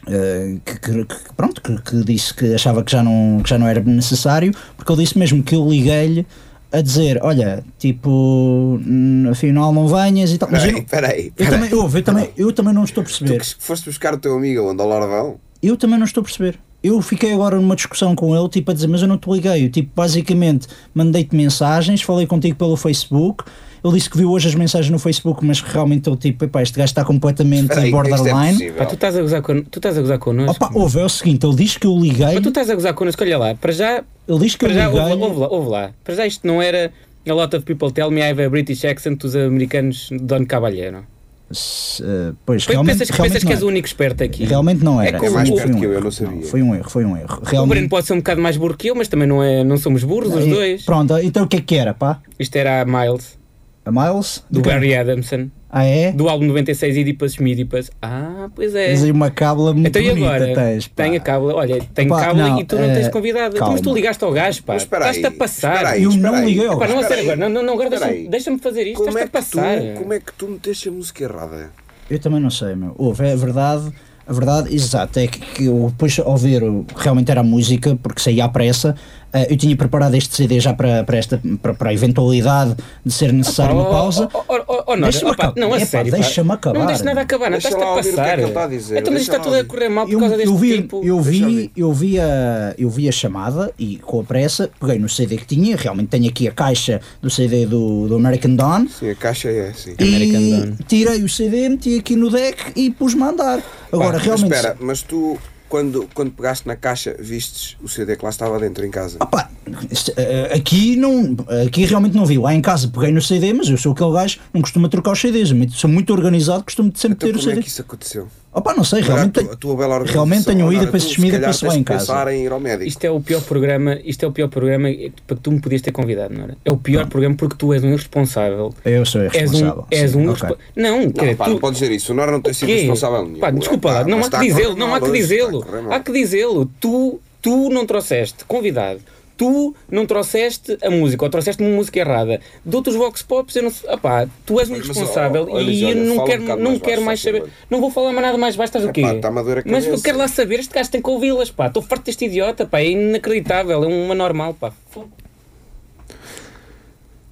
S2: ah, que, que- que- pronto, que, que disse que achava que já, não, que já não era necessário, porque ele disse mesmo que eu liguei-lhe a dizer: Olha, tipo, hum, afinal não venhas e tal. Mas eu-
S4: Peraí, peraí.
S2: eu
S4: peraí.
S2: também, ouve, eu, também, eu também não estou a
S4: Tu
S2: perceber.
S4: que foste buscar o teu amigo onde ao Larvão?
S2: Eu também não estou a perceber. Eu fiquei agora numa discussão com ele, tipo, a dizer, mas eu não te liguei. Eu, tipo, basicamente, mandei-te mensagens, falei contigo pelo Facebook. Ele disse que viu hoje as mensagens no Facebook, mas que realmente ele, tipo, epá, este gajo está completamente
S4: Espera aí, isto é
S2: borderline.
S4: possível.
S3: Pá, tu tá- estás a gozar, con... tu estás a gozar connosco.
S2: Opa, ouve, é o seguinte, ele diz que eu liguei.
S3: Mas tu estás a gozar connosco, olha lá, para já,
S2: Ele diz que eu
S3: para já, ouve, lá,
S2: liguei.
S3: ouve lá, ouve lá. Para já isto não era a lot of people tell me I have a British accent dos americanos Don Cabalhero.
S2: Se, eh, Pois,
S3: Pois
S2: realmente,
S3: Pensas, que-
S2: realmente
S3: pensas que
S2: não
S3: és o
S2: era.
S3: único esperto aqui.
S2: Realmente não
S3: É
S2: era.
S3: que é
S2: Foi
S4: mais
S2: um-
S4: perto
S2: foi um
S4: que eu, eu
S2: erro.
S4: não sabia.
S2: Foi um erro, foi um erro.
S3: O
S2: Realmente.
S3: Breno pode ser um bocado mais burro que eu, mas também não, é, não somos burros os
S2: E-
S3: dois.
S2: Pronto, então o que é que era, pá?
S3: Isto era a Miles,
S2: A Miles?
S3: do
S2: De quem?
S3: Barry Adamson,
S2: Ah, é?
S3: do álbum 96 Oedipus Midipus. Ah, pois é.
S2: Tens aí uma cábula muito
S3: Então e
S2: bonita,
S3: agora?
S2: tens. pá.
S3: Tenho a cábula, olha, tenho
S2: Opa,
S3: cábula
S2: não,
S3: e tu não
S2: eh,
S3: tens convidado. Então, Mas tu
S2: calma.
S3: ligaste ao gajo, pá.
S4: Mas espera aí,
S3: Estás-te a passar.
S4: espera aí,
S2: Eu não
S4: espera aí.
S2: liguei ao
S4: Epá,
S3: Pá, não, a sério,
S4: espera aí.
S3: agora, não, não, não, agora
S4: Espera
S3: deixa-me
S4: aí.
S3: deixa-me fazer isto,
S4: Como é,
S3: estás-te
S4: que
S3: a passar.
S4: tu, como é que tu meteste a música errada?
S2: Eu também não sei, meu. Houve, é verdade. A verdade, exato, é que, que eu depois ao ver o- realmente era a música, porque saía à pressa, eh, eu tinha preparado este CD já para, para esta para, para a eventualidade de ser necessário uma
S3: Oh,
S2: pausa.
S3: oh, oh, oh, oh, Nora,
S2: Deixa-me
S3: opá,
S2: acabar.
S3: Não, a
S2: Epá,
S3: sério. pá.
S2: deixa-me acabar.
S3: Não deixa nada acabar, não
S4: Deixa
S3: estás-te a
S4: lá ouvir o que é
S3: passar.
S4: que ele está a dizer,
S3: Então, mas
S4: deixa
S3: isto está
S4: lá
S3: tudo a
S4: ouvir.
S3: correr mal por
S2: Eu,
S3: causa deste
S2: eu vi,
S3: tipo.
S2: eu,
S4: Deixa eu
S2: vi,
S4: ver.
S2: eu, vi a, eu vi a chamada e com a pressa peguei no CD que tinha, realmente tenho aqui a caixa do CD do, do American Dawn,
S4: Sim, a caixa é assim.
S3: American
S2: e
S3: Dawn.
S2: tirei o CD, meti aqui no deck e pus-me a andar. Agora,
S4: Pá,
S2: realmente.
S4: Espera, mas tu, quando, quando pegaste na caixa, vistes o CD que lá estava dentro em casa?
S2: Opa, isto, eh, aqui, não, eh, aqui realmente não vi. Lá em casa peguei no CD, mas eu sou aquele gajo que não costuma trocar os CDs. Eu muito- Sou muito organizado, costumo sempre
S4: Então,
S2: ter o
S4: como
S2: CD.
S4: é que isso aconteceu?
S2: Opa, não sei,
S4: Olha,
S2: realmente,
S4: a tua, a tua bela
S2: tenho,
S4: organização.
S2: realmente tenho ido
S4: Olha,
S2: para
S4: tu,
S2: esse
S4: se
S2: comida
S4: calhar,
S2: para
S4: tens
S2: bem em
S4: que pensar
S2: casa.
S4: em ir ao médico.
S3: Isto é o pior programa, isto é o pior programa para que tu me podias ter convidado, não era? É o pior programa porque tu és um irresponsável.
S2: Eu sou
S3: És um,
S2: responsável.
S3: és
S2: ok.
S3: um irrespo- Não, quer
S4: Não,
S3: dizer,
S4: pá,
S3: tu-
S4: não podes dizer isso. O Nora não tem sido
S3: Quê?
S4: responsável nenhum. é.
S3: Pá, desculpa lá,
S4: Pá, mas
S3: não há
S4: está
S3: que
S4: a correr
S3: dizê-lo, não
S4: mal
S3: há que
S4: hoje, está a
S3: dizê-lo.
S4: correr mal.
S3: Há que dizê-lo. Tu, tu não trouxeste convidado. Tu não trouxeste a música, ou trouxeste uma música errada. De outros Vox Pops, eu não sei. Opá, tu és um
S4: Mas,
S3: irresponsável
S4: ó, ó,
S3: e
S4: Eliseu,
S3: eu
S4: olha,
S3: não
S4: fala um
S3: quero,
S4: bocado
S3: não
S4: mais
S3: quero
S4: baixo,
S3: mais
S4: por
S3: saber.
S4: favor.
S3: Não vou falar mais nada mais baixo, estás o quê?
S4: Epá, está-me a doer a
S3: Mas eu
S4: cabeça.
S3: quero lá saber, este gajo tem que ouvi-las, pá. Estou farto deste idiota, pá. É inacreditável, é uma normal, pá. Fogo.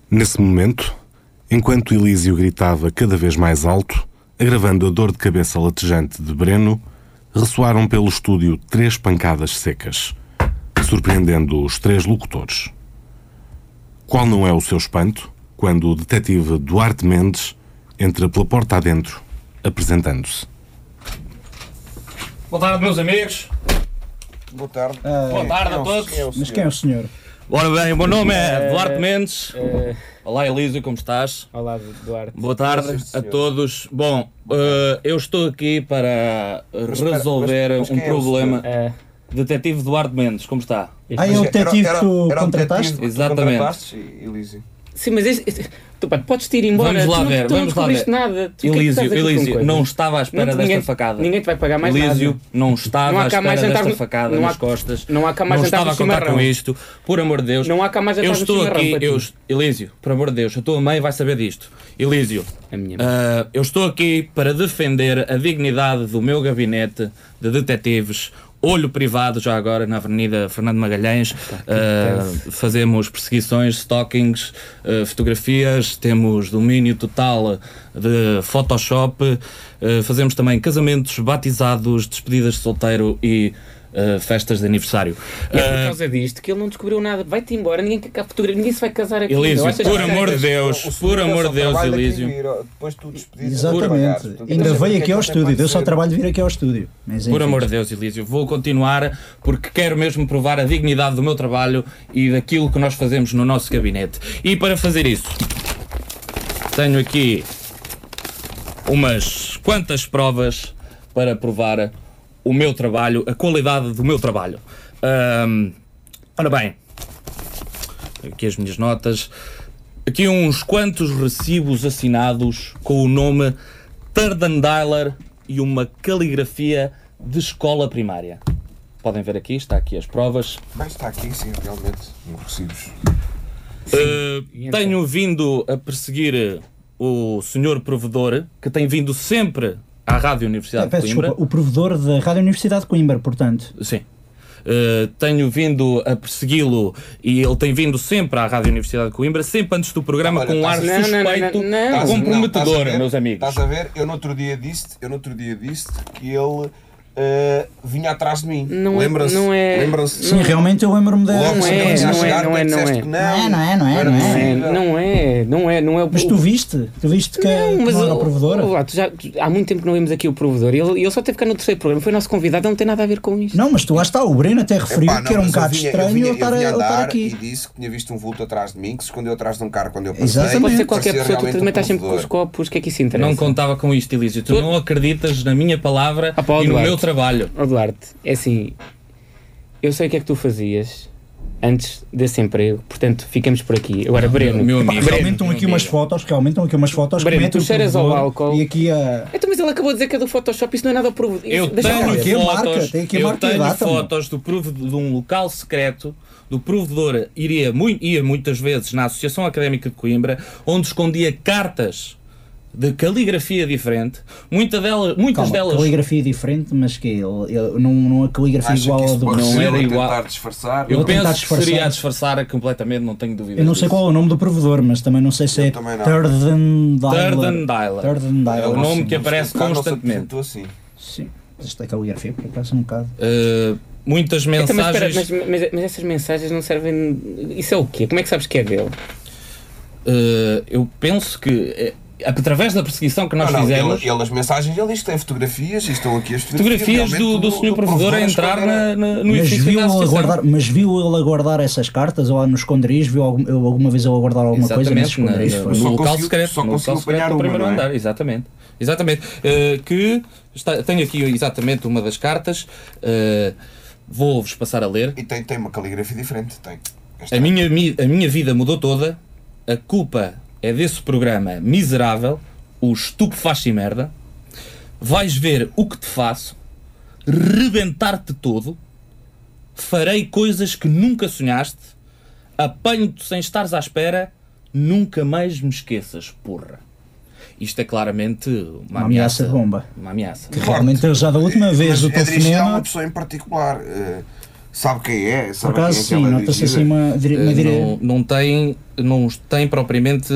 S1: Nesse momento, enquanto Elísio gritava cada vez mais alto, agravando a dor de cabeça latejante de Breno, ressoaram pelo estúdio três pancadas secas, surpreendendo os três locutores. Qual não é o seu espanto quando o detetive Duarte Mendes entra pela porta adentro, apresentando-se?
S8: Boa tarde, meus amigos.
S4: Boa tarde.
S2: Ah,
S8: Boa tarde a todos.
S2: mas quem é o senhor?
S8: Ora bem, o meu nome é Duarte Mendes.
S3: Eh,
S8: Olá, Elísio, como estás?
S3: olá, Duarte.
S8: Boa tarde a todos. Bom, eh, eu estou aqui para eh, resolver
S4: mas- mas
S8: um
S4: quem é o
S8: problema.
S3: Eh,
S8: Detetive Duarte Mendes, como está?
S2: Ah, é o
S4: Mas era-
S2: detetive
S4: era-
S2: que tu
S4: era o detetive
S2: contrataste?
S4: que tu
S8: Exatamente.
S4: contrataste, Elísio.
S3: Sim, mas este, este- tu, pá, podes te ir embora.
S8: Vamos lá
S3: tu, não-
S8: ver,
S3: tu não
S8: vamos lá ver.
S3: descobriste nada. Tu, o que é que
S8: Elísio,
S3: estás aqui com
S8: Elísio,
S3: coisas?
S8: não estava à espera
S3: te-
S8: desta
S3: ninguém-
S8: facada.
S3: Ninguém te vai pagar mais
S8: Elísio
S3: nada.
S8: não estava
S3: Não há
S8: à
S3: cá mais
S8: espera desta
S3: jantar no-
S8: facada
S3: não há-
S8: nas costas.
S3: não há cá mais
S8: Não
S3: jantar
S8: estava a
S3: no
S8: contar com
S3: chimarrão.
S8: isto. Por amor de Deus.
S3: Não há cá mais jantar
S8: Eu
S3: no
S8: estou
S3: chimarrão
S8: aqui,
S3: para ti.
S8: eu, Elísio, por amor de Deus, a tua mãe vai saber disto. Elísio,
S3: A minha mãe.
S8: ah, eu estou aqui para defender a dignidade do meu gabinete de detetives. Olho privado, já agora na Avenida Fernando Magalhães,
S3: Tá,
S8: ah, fazemos perseguições, stalkings, ah, fotografias, temos domínio total de Photoshop, ah, fazemos também casamentos, batizados, despedidas de solteiro e ah, festas de aniversário.
S3: E é por
S8: Ah,
S3: causa didisto que ele não descobriu nada. Vai-te embora, ninguém, quer cá fotografar, ninguém se vai casar aqui.
S8: Elísio,
S3: Eu acho que-
S8: por amor de Deus,
S4: O- o
S8: por amor
S4: segurança
S8: de Deus,
S4: trabalha aqui,
S8: Elísio.
S4: vira- Depois tu despedires
S2: Exatamente. Ainda
S4: é
S2: veio aqui ao estúdio, deu só trabalho de vir aqui ao estúdio. Mas,
S8: Por
S2: enfim.
S8: amor de Deus, Elísio, vou continuar porque quero mesmo provar a dignidade do meu trabalho e daquilo que nós fazemos no nosso gabinete. E para fazer isso, tenho aqui umas quantas provas para provar o meu trabalho, a qualidade do meu trabalho. Ahm, ora bem, aqui as minhas notas. Aqui uns quantos recibos assinados com o nome Tardandiler e uma caligrafia de escola primária. Podem ver aqui, está aqui as provas.
S4: Mas está aqui, sim, realmente. um Não recibes.
S8: Uh,
S3: então?
S8: tenho vindo a perseguir eh, o senhor provedor, que tem vindo sempre à Rádio
S2: Ah,
S8: Universidade
S2: peço
S8: de Coimbra.
S2: desculpa, o provedor da Rádio Universidade de Coimbra, portanto.
S8: Sim. Uh, tenho vindo a persegui-lo e ele tem vindo sempre à Rádio Universidade de Coimbra, sempre antes do programa,
S4: Olha,
S8: com um ar
S4: estás-
S3: tá assim, Não, não, não,
S8: suspeito,
S3: não, não. tá assim, Estás-
S8: comprometedor,
S4: não, estás a ver-
S8: meus amigos.
S4: Estás a ver? Eu no outro dia disse eu no outro dia disse que ele eh, vinha atrás de mim.
S3: Não é-
S4: Lembram-se?
S3: não é-
S4: Lembram-se?
S2: Sim, realmente eu lembro-me da.
S4: Logo
S3: Não
S4: se
S3: é,
S4: começa a
S3: não é,
S4: chegar,
S3: não
S4: tu
S3: é, não
S4: disseste
S3: é.
S4: que
S2: Não é, não é,
S4: era
S2: não é.
S3: É,
S4: possível.
S3: não é, não é, não é o
S2: Mas tu viste? Tu viste que é que não era o provedor?
S3: oh, lá, tu já- tu- há muito tempo que não vimos aqui o provedor. E ele, ele só teve cá no terceiro programa. Foi nosso convidado, ele não tem nada a ver com isto.
S2: Não, mas tu lá está, o Breno até referiu
S4: Epá, não,
S2: que era um
S4: mas eu
S2: bocado
S4: vinha- eu
S2: estranho
S4: vinha-
S2: ele estar,
S4: eu
S2: a-
S4: vinha
S2: ele estar
S4: andar
S2: aqui.
S4: E disse que tinha visto um vulto atrás de mim que se escondeu atrás de um carro quando eu passei.
S2: Exatamente.
S3: Pode ser
S2: Sim,
S3: qualquer
S4: Parecia
S3: pessoa que tu também
S4: realmente
S3: estás
S4: um
S3: sempre com os
S4: provedor.
S3: copos, o que é que isso interessa?
S8: Não contava com isto, Elísio. Tu
S3: Tu-
S8: não acreditas na minha palavra
S3: Ah, pá,
S8: e no
S3: Eduardo.
S8: meu trabalho.
S3: Ó Duarte, é assim, eu sei o que é que tu fazias antes desse emprego, portanto ficamos por aqui. Agora, Breno,
S8: Meu
S2: Pá,
S8: amigo.
S2: realmente estão aqui umas fotos, realmente estão aqui umas fotos
S3: Breno,
S2: que metem
S3: tu
S2: o
S3: cheiras ao
S2: provedor
S3: álcool.
S2: E aqui a.
S3: Então, mas ele acabou de dizer que é do Photoshop, isso não é nada provo.
S8: Eu
S2: lá ver. Tem aqui
S8: tenho
S2: a marca,
S8: fotos,
S2: tem aqui a
S8: eu
S2: marca e a
S8: tenho
S2: data, mano.
S8: fotos do provedor, de um local secreto do provedor iria, mui- ia muitas vezes na Associação Académica de Coimbra, onde escondia cartas de caligrafia diferente, muita dela, muitas
S2: Calma,
S8: delas.
S2: caligrafia é diferente, mas que ele, ele- não, não a caligrafia
S4: Acha
S2: igual
S4: que
S2: à
S4: isso
S2: do
S4: pode
S2: Breno.
S4: ser
S8: era
S4: ele
S8: é igual.
S4: tentar disfarçar?
S8: Eu
S2: Vou tentar
S8: penso que seria
S2: disfarçar.
S8: a disfarçar completamente, não tenho dúvidas.
S2: Eu não sei
S8: disso.
S2: qual é o nome do provedor, mas também não sei se é
S4: também não.
S2: Tardendiler.
S8: Tardandiler.
S2: Tardendiler,
S8: É o nome
S2: sim.
S8: que aparece
S4: O carro não se
S8: constantemente.
S4: apresentou assim.
S2: assim. Sim, mas esta caligrafia porque parece um bocado.
S8: Uh, muitas
S3: Então, mas, espera,
S8: mensagens.
S3: mas, mas- mas essas mensagens não servem. Isso é o quê? Como é que sabes que é dele?
S8: uh, eu penso que eh, através da perseguição que nós
S4: Não, não,
S8: fizemos.
S4: ele, ele as mensagens, ele diz que tem fotografias e estão aqui as
S8: fotografias do,
S4: realmente,
S8: do senhor provedor a entrar na,
S4: esconder-
S8: na, no
S2: Mas
S8: edifício
S2: viu,
S8: da
S2: ele a
S8: associação.
S2: guardar, mas viu ele a guardar essas cartas ou lá no esconderijo? Viu algum- ele alguma vez ele a guardar alguma coisa nesses
S8: Exatamente, na-
S2: esconderijos?
S8: na-
S2: Foi.
S8: no
S4: Só
S8: local
S4: conseguiu-
S8: secreto,
S4: só
S8: no local
S4: conseguiu
S8: secreto
S4: apanhar
S8: do
S4: uma,
S8: primeiro
S4: não é?
S8: andar, exatamente. Exatamente. Eh, que está, tenho aqui exatamente uma das cartas. eh, Vou-vos passar a ler.
S4: E tem, tem uma caligrafia diferente, tem. Esta-
S8: A minha, mi- a minha vida mudou toda. A culpa é desse programa miserável, o estupefaz e merda. Vais ver o que te faço, rebentar-te todo, farei coisas que nunca sonhaste, apanho-te sem estares à espera, nunca mais me esqueças, porra. Isto é claramente
S2: Uma
S8: uma,
S2: ameaça de bomba.
S8: Uma ameaça.
S2: Que realmente ele já da última vez
S4: Mas
S2: o
S4: é dirigida a uma
S2: telefonema.
S4: pessoa em particular. eh, sabe quem é?
S2: Por
S4: Sabe
S2: acaso
S4: quem é
S2: sim,
S4: que ela é
S2: nota-se assim
S4: dirigida?
S2: uma, dire- uma dire-
S8: Eh, não, não tem não tem propriamente